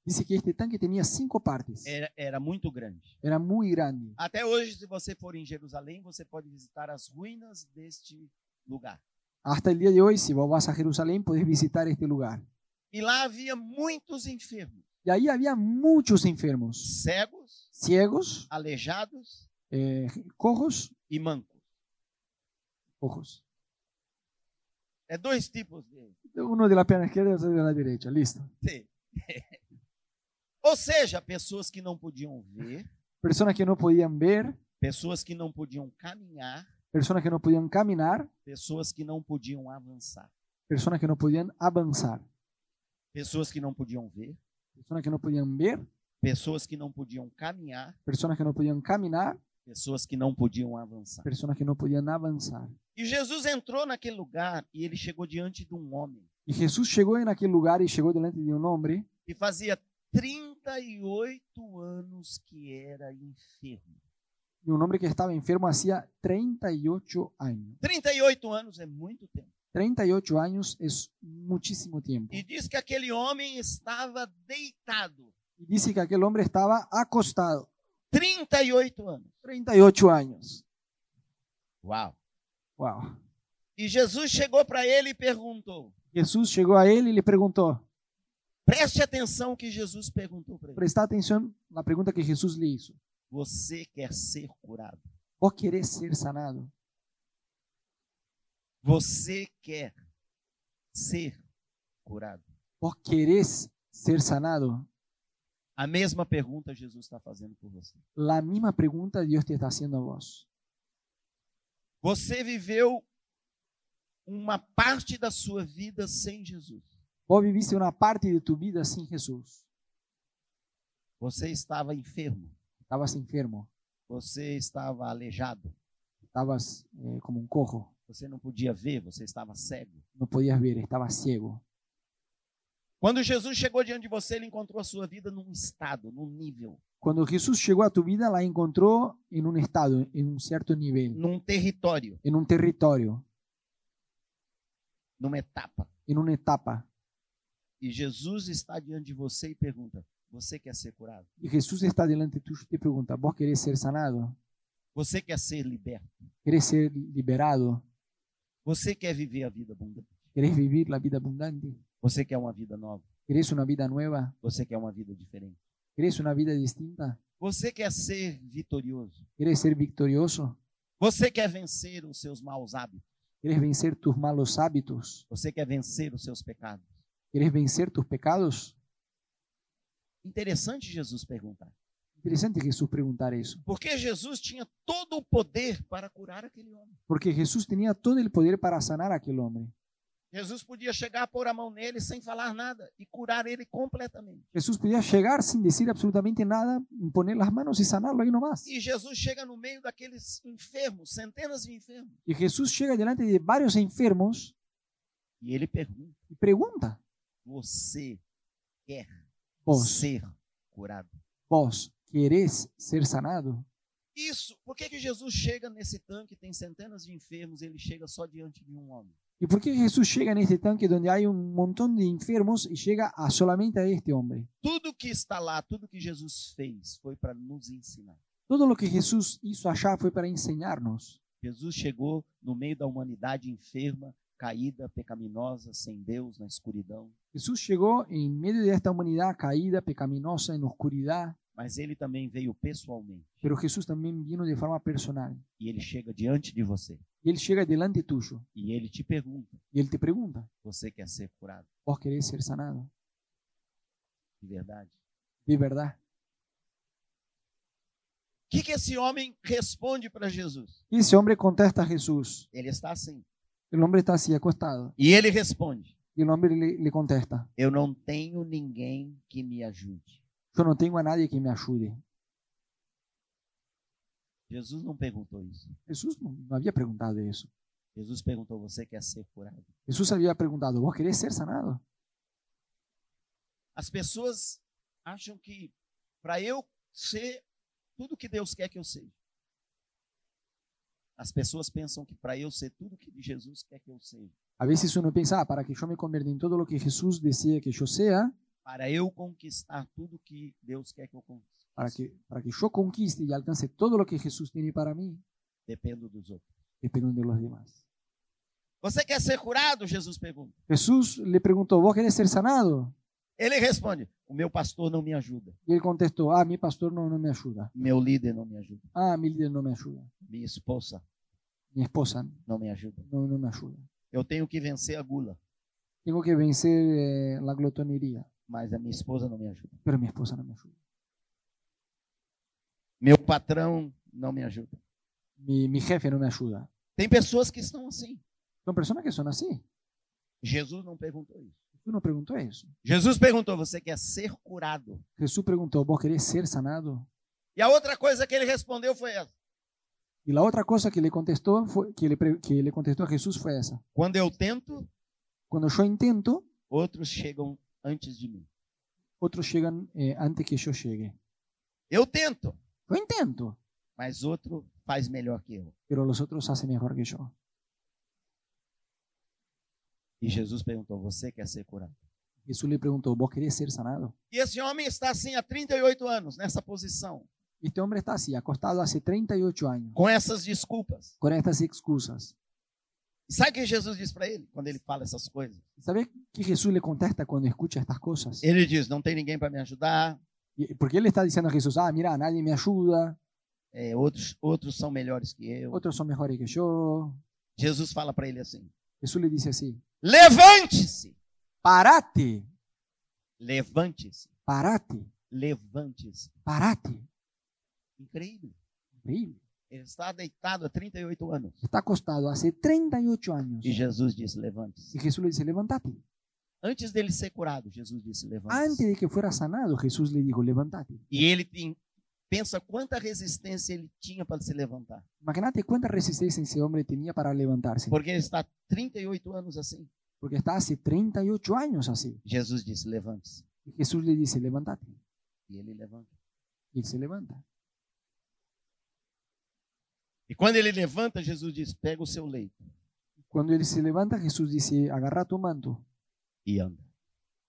Speaker 2: Dice que este tanque tenía cinco partes.
Speaker 1: Era, era muito grande.
Speaker 2: Era muy grande.
Speaker 1: Até hoje, se você for em Jerusalém, você pode visitar as ruínas deste lugar.
Speaker 2: Hasta el día de hoy, si vos vas a Jerusalén, podés visitar este lugar.
Speaker 1: E lá havia muitos enfermos,
Speaker 2: Y ahí había muchos enfermos,
Speaker 1: cegos,
Speaker 2: ciegos,
Speaker 1: aleijados
Speaker 2: eh, cojos,
Speaker 1: e mancos.
Speaker 2: cojos.
Speaker 1: É dois tipos de
Speaker 2: Uno de la pierna izquierda y otro de la derecha, listo.
Speaker 1: ser. Ou seja, pessoas que não podiam ver,
Speaker 2: Personas que no podían ver,
Speaker 1: pessoas que não podiam caminhar,
Speaker 2: personas que no podían caminar,
Speaker 1: pessoas que não podiam avançar,
Speaker 2: personas que no podían avanzar,
Speaker 1: pessoas que não podiam ver,
Speaker 2: personas que no podían ver,
Speaker 1: pessoas que não podiam caminhar,
Speaker 2: personas que no podían caminar,
Speaker 1: pessoas que não podiam avançar.
Speaker 2: personas que no podían avanzar.
Speaker 1: E Jesus entrou naquele lugar e ele chegou diante de um homem
Speaker 2: Y Jesús llegó en aquel lugar y llegó delante de un hombre
Speaker 1: que fazia 38 anos que era enfermo.
Speaker 2: y un hombre que estaba enfermo hacía 38 años.
Speaker 1: 38 anos é muito tempo.
Speaker 2: 38 años es muchísimo tiempo.
Speaker 1: E diz que aquele homem estava deitado.
Speaker 2: Y dice que aquel hombre estaba acostado,
Speaker 1: 38 anos.
Speaker 2: 38 años.
Speaker 1: Uau.
Speaker 2: Wow.
Speaker 1: E Jesus chegou para ele e perguntou.
Speaker 2: Jesús llegó a él y le preguntó,
Speaker 1: Preste atenção que Jesus perguntou para ele.
Speaker 2: presta atención a la pregunta que Jesús le hizo.
Speaker 1: Você quer ser curado?
Speaker 2: ¿Vos querés ser sanado?
Speaker 1: Você quer ser curado?
Speaker 2: ¿Vos querés ser sanado?
Speaker 1: A mesma pergunta Jesus está fazendo por você.
Speaker 2: La misma pregunta Dios te está haciendo a vos.
Speaker 1: Você viveu uma parte da sua vida sem Jesus.
Speaker 2: Vos viviste una parte de tu vida sin Jesús.
Speaker 1: Você estava enfermo.
Speaker 2: Estabas enfermo,
Speaker 1: Você estava aleijado.
Speaker 2: estabas eh, como un cojo,
Speaker 1: Você não podia ver. Você estava cego.
Speaker 2: no podías ver, estabas ciego.
Speaker 1: Quando Jesus chegou diante de você, ele encontrou a sua vida num estado, num nível,
Speaker 2: Cuando Jesús llegó a tu vida, la encontró en un estado, en un cierto nivel,
Speaker 1: num território,
Speaker 2: en un territorio,
Speaker 1: numa etapa.
Speaker 2: en una etapa.
Speaker 1: E Jesus está diante de você e pergunta: Você quer ser curado?
Speaker 2: Y Jesús está delante tuyo y te pregunta, ¿vos querés ser sanado?
Speaker 1: Você quer ser liberto?
Speaker 2: ¿Querés ser liberado?
Speaker 1: Você quer viver a vida abundante?
Speaker 2: ¿Querés vivir la vida abundante?
Speaker 1: Você quer uma vida nova?
Speaker 2: ¿Querés una vida nueva?
Speaker 1: Você quer uma vida diferente?
Speaker 2: ¿Querés una vida distinta?
Speaker 1: Você quer ser vitorioso?
Speaker 2: ¿Querés ser victorioso?
Speaker 1: Você quer vencer os seus maus hábitos.
Speaker 2: ¿Quieres vencer tus malos hábitos?
Speaker 1: Você quer vencer os seus pecados.
Speaker 2: ¿Quieres vencer tus pecados?
Speaker 1: Interessante Jesus perguntar.
Speaker 2: Interesante Jesús preguntar eso,
Speaker 1: Porque Jesus tinha todo o poder para curar aquele homem.
Speaker 2: porque Jesús tenía todo el poder para sanar a aquel hombre.
Speaker 1: Jesus podia chegar, pôr a mão nele sem falar nada e curar ele completamente.
Speaker 2: Jesús podía llegar sin decir absolutamente nada, poner las manos y sanarlo ahí nomás.
Speaker 1: E Jesus chega no meio daqueles enfermos, centenas de enfermos,
Speaker 2: Y Jesús llega delante de varios enfermos
Speaker 1: e ele pergunta:
Speaker 2: y pregunta,
Speaker 1: Você quer
Speaker 2: vos,
Speaker 1: ser curado?
Speaker 2: vos, ¿querés ser sanado?
Speaker 1: Isso, por que, que Jesus chega nesse tanque, tem centenas de enfermos, ele chega só diante de um homem?
Speaker 2: ¿Y por qué Jesús llega en este tanque donde hay un montón de enfermos y llega a solamente a este hombre?
Speaker 1: Tudo que está lá, tudo que Jesus fez, foi para nos ensinar.
Speaker 2: Todo lo que Jesús hizo allá fue para enseñarnos.
Speaker 1: Jesus chegou no meio da humanidade enferma, caída, pecaminosa, sem Deus, na escuridão,
Speaker 2: Jesús llegó en medio de esta humanidad caída, pecaminosa, en oscuridad,
Speaker 1: mas ele também veio pessoalmente
Speaker 2: pero Jesús también vino de forma personal.
Speaker 1: e ele chega diante de você
Speaker 2: Y Él llega delante tuyo
Speaker 1: e ele te pergunta:
Speaker 2: y Él te pregunta,
Speaker 1: Você quer ser curado?
Speaker 2: ¿vos querés ser sanado?
Speaker 1: De verdade?
Speaker 2: De verdad.
Speaker 1: O que, que esse homem responde para Jesus?
Speaker 2: Y ese hombre contesta a Jesús.
Speaker 1: Ele está assim.
Speaker 2: El hombre está así acostado
Speaker 1: E ele responde:
Speaker 2: y el hombre le, le contesta,
Speaker 1: Eu não tenho ninguém que me ajude.
Speaker 2: yo no tengo a nadie que me ayude.
Speaker 1: Jesus não perguntou isso.
Speaker 2: Jesús no no había preguntado eso.
Speaker 1: Jesus perguntou: Você quer ser curado?
Speaker 2: Jesús había preguntado, ¿vos querés ser sanado?
Speaker 1: As pessoas acham que para eu ser tudo que Deus quer que eu seja. As pessoas pensam que para eu ser tudo que Jesus quer que eu seja,
Speaker 2: A veces uno piensa, ah, para que yo me convierta en todo lo que Jesús decía que yo sea,
Speaker 1: para eu conquistar tudo que Deus quer que eu conquiste,
Speaker 2: para que, para que yo conquiste y alcance todo lo que Jesús tiene para mí,
Speaker 1: dependo dos outros.
Speaker 2: dependo de los demás.
Speaker 1: Você quer ser curado? Jesus pergunta.
Speaker 2: Jesús le preguntó, ¿vos querés ser sanado?
Speaker 1: Ele responde: O meu pastor não me ajuda,
Speaker 2: Y él contestó, ah, mi pastor no, no me ayuda,
Speaker 1: meu líder não me ajuda,
Speaker 2: ah, mi líder no me ayuda,
Speaker 1: minha esposa
Speaker 2: mi esposa
Speaker 1: não me ajuda.
Speaker 2: no, no me ayuda.
Speaker 1: Eu tenho que vencer a gula,
Speaker 2: Tengo que vencer eh, la glotonería,
Speaker 1: mas a minha esposa não me ajuda.
Speaker 2: pero mi esposa no me ayuda.
Speaker 1: Meu patrão não me ajuda.
Speaker 2: Mi, mi jefe no me ayuda.
Speaker 1: Tem pessoas que estão assim.
Speaker 2: Son personas que son así.
Speaker 1: Jesus não perguntou isso.
Speaker 2: Tú no preguntó eso.
Speaker 1: Jesus perguntou: Você quer ser curado?
Speaker 2: Jesús preguntó, ¿vos querés ser sanado?
Speaker 1: E a outra coisa que ele respondeu foi essa:
Speaker 2: Y la otra cosa que le contestó fue, que, le pre- que le contestó a Jesús fue esa.
Speaker 1: Quando eu tento,
Speaker 2: Cuando yo intento,
Speaker 1: outros chegam antes de mim.
Speaker 2: otros llegan eh, antes que yo llegue.
Speaker 1: Eu tento,
Speaker 2: Yo intento,
Speaker 1: mas outro faz melhor que eu.
Speaker 2: pero los otros hacen mejor que yo.
Speaker 1: E Jesus perguntou: Você quer ser curado?
Speaker 2: Jesús le preguntó, ¿vos querés ser sanado?
Speaker 1: E esse homem está assim há 38 anos, nessa posição,
Speaker 2: Este hombre está así, acostado hace 38 años,
Speaker 1: com essas desculpas.
Speaker 2: con estas excusas.
Speaker 1: E sabe o que Jesus diz para ele quando ele fala essas coisas?
Speaker 2: ¿Sabes qué Jesús le contesta cuando escucha estas cosas?
Speaker 1: Ele diz: Não tem ninguém para me ajudar,
Speaker 2: Y- Porque él le está diciendo a Jesús, ah, mira, nadie me ayuda,
Speaker 1: é, outros, outros são melhores que eu.
Speaker 2: otros son mejores que yo.
Speaker 1: Jesus fala para ele assim:
Speaker 2: Jesús le dice así,
Speaker 1: Levante-se,
Speaker 2: parate,
Speaker 1: levante-se,
Speaker 2: parate,
Speaker 1: levante-se.
Speaker 2: parate.
Speaker 1: Incrível.
Speaker 2: Increíble.
Speaker 1: Ele está deitado há 38 anos.
Speaker 2: Está acostado hace 38 años.
Speaker 1: E Jesus disse: Levante-se.
Speaker 2: Y Jesús le dice, levántate.
Speaker 1: Antes dele ser curado, Jesus disse:
Speaker 2: Antes
Speaker 1: Levante-se.
Speaker 2: de que fuera sanado, Jesús le dijo, levántate.
Speaker 1: E ele tem- pensa quanta resistência ele tinha para se levantar.
Speaker 2: Imagínate cuánta resistencia ese hombre tenía para levantarse.
Speaker 1: Porque ele está 38 anos assim.
Speaker 2: Porque está hace 38 años así.
Speaker 1: Jesus disse: Levante-se.
Speaker 2: Y Jesús le dice, levántate.
Speaker 1: E ele levanta.
Speaker 2: Y él se levanta.
Speaker 1: E quando ele levanta, Jesus diz: Pega o seu leito
Speaker 2: Cuando él se levanta, Jesús dice, agarra tu manto,
Speaker 1: e anda.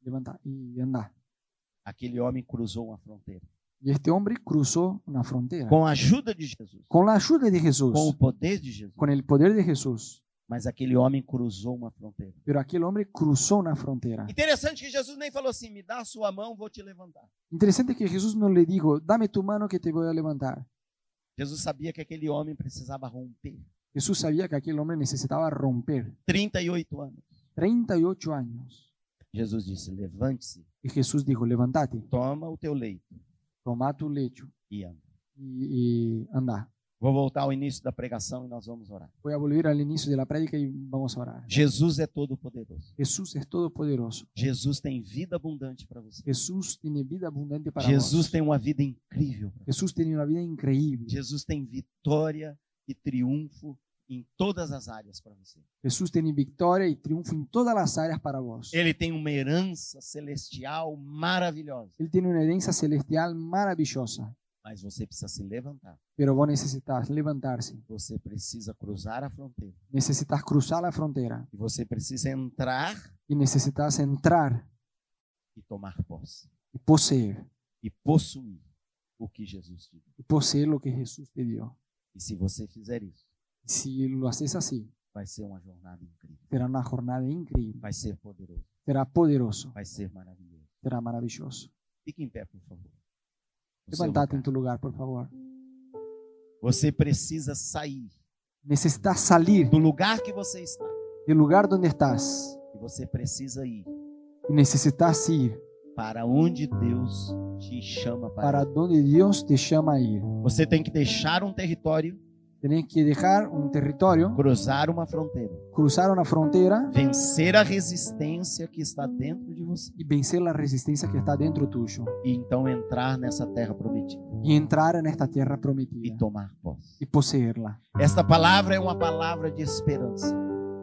Speaker 2: levanta y anda.
Speaker 1: Aquele homem cruzou uma fronteira.
Speaker 2: Y este hombre cruzó una frontera.
Speaker 1: Com a ajuda de Jesus,
Speaker 2: Con la ayuda de Jesús,
Speaker 1: com o poder de Jesus.
Speaker 2: con el poder de Jesús.
Speaker 1: Mas aquele homem cruzou uma fronteira.
Speaker 2: Pero aquel hombre cruzó una frontera.
Speaker 1: Interessante que Jesus nem falou assim: Me dá a sua mão, vou te levantar.
Speaker 2: Interesante que Jesús no le dijo, dame tu mano que te voy a levantar.
Speaker 1: Jesus sabia que aquele homem precisava romper.
Speaker 2: Jesús sabía que aquel hombre necesitaba romper
Speaker 1: 38 anos.
Speaker 2: 38 años.
Speaker 1: Jesus disse: Levante-se,
Speaker 2: Y Jesús dijo, levántate,
Speaker 1: toma o teu leito
Speaker 2: toma tu lecho
Speaker 1: e anda.
Speaker 2: y, y anda.
Speaker 1: Vou voltar ao início da pregação e nós vamos orar.
Speaker 2: Voy a volver al inicio de la prédica y vamos a orar.
Speaker 1: Jesus é todo-poderoso.
Speaker 2: Jesús es todopoderoso.
Speaker 1: Jesus tem vida abundante para você.
Speaker 2: Jesús tiene vida abundante para
Speaker 1: Jesus
Speaker 2: nosotros.
Speaker 1: tem uma vida incrível. pra você.
Speaker 2: Jesús tiene una vida increíble.
Speaker 1: Jesus tem vitória e triunfo em todas as áreas para você.
Speaker 2: Jesús tiene victoria y triunfo en todas las áreas para vos.
Speaker 1: Ele tem uma herança celestial maravilhosa.
Speaker 2: Él tiene una herencia celestial maravillosa,
Speaker 1: Mas você precisa se levantar.
Speaker 2: pero vos necesitas levantarse,
Speaker 1: Você precisa cruzar a fronteira.
Speaker 2: necesitas cruzar la frontera
Speaker 1: E você precisa entrar
Speaker 2: y necesitas entrar
Speaker 1: e tomar posse.
Speaker 2: y poseer,
Speaker 1: E possuir o que Jesus te deu.
Speaker 2: y poseer lo que Jesús te dio.
Speaker 1: E se você fizer isso,
Speaker 2: Si lo haces así,
Speaker 1: vai ser uma jornada incrível.
Speaker 2: será una jornada increíble,
Speaker 1: Vai ser poderoso.
Speaker 2: será poderoso,
Speaker 1: Vai ser maravilhoso.
Speaker 2: será maravilloso.
Speaker 1: Fique em pé, por favor. No seu
Speaker 2: Levantate en
Speaker 1: lugar.
Speaker 2: tu lugar, por favor.
Speaker 1: Você precisa sair
Speaker 2: Necesitas salir
Speaker 1: do lugar que você está.
Speaker 2: del lugar donde estás
Speaker 1: E você precisa ir
Speaker 2: y necesitas ir
Speaker 1: para onde Deus te chama para
Speaker 2: para
Speaker 1: ir.
Speaker 2: donde Dios te llama a ir.
Speaker 1: Você tem que deixar um território,
Speaker 2: Tenés que dejar un territorio,
Speaker 1: cruzar uma fronteira,
Speaker 2: cruzar una frontera
Speaker 1: vencer a resistência que está dentro de você
Speaker 2: y vencer la resistencia que está dentro tuyo
Speaker 1: e então entrar nessa terra prometida
Speaker 2: y entrar en esta tierra
Speaker 1: e
Speaker 2: prometida
Speaker 1: tomar posse.
Speaker 2: y poseerla.
Speaker 1: Esta palavra é uma palavra de esperança,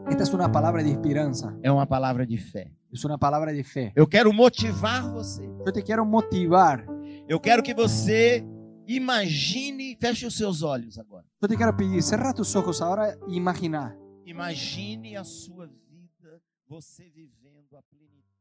Speaker 2: Esta es una palabra de esperanza,
Speaker 1: é uma palavra de fé.
Speaker 2: es una palabra de fe.
Speaker 1: Eu quero motivar você.
Speaker 2: Yo te quiero motivar,
Speaker 1: Eu quero que você imagine, feche os seus olhos agora.
Speaker 2: yo te quiero pedir, cerra tus ojos ahora e imagina.
Speaker 1: Imagine a sua vida, você vivendo a plenitude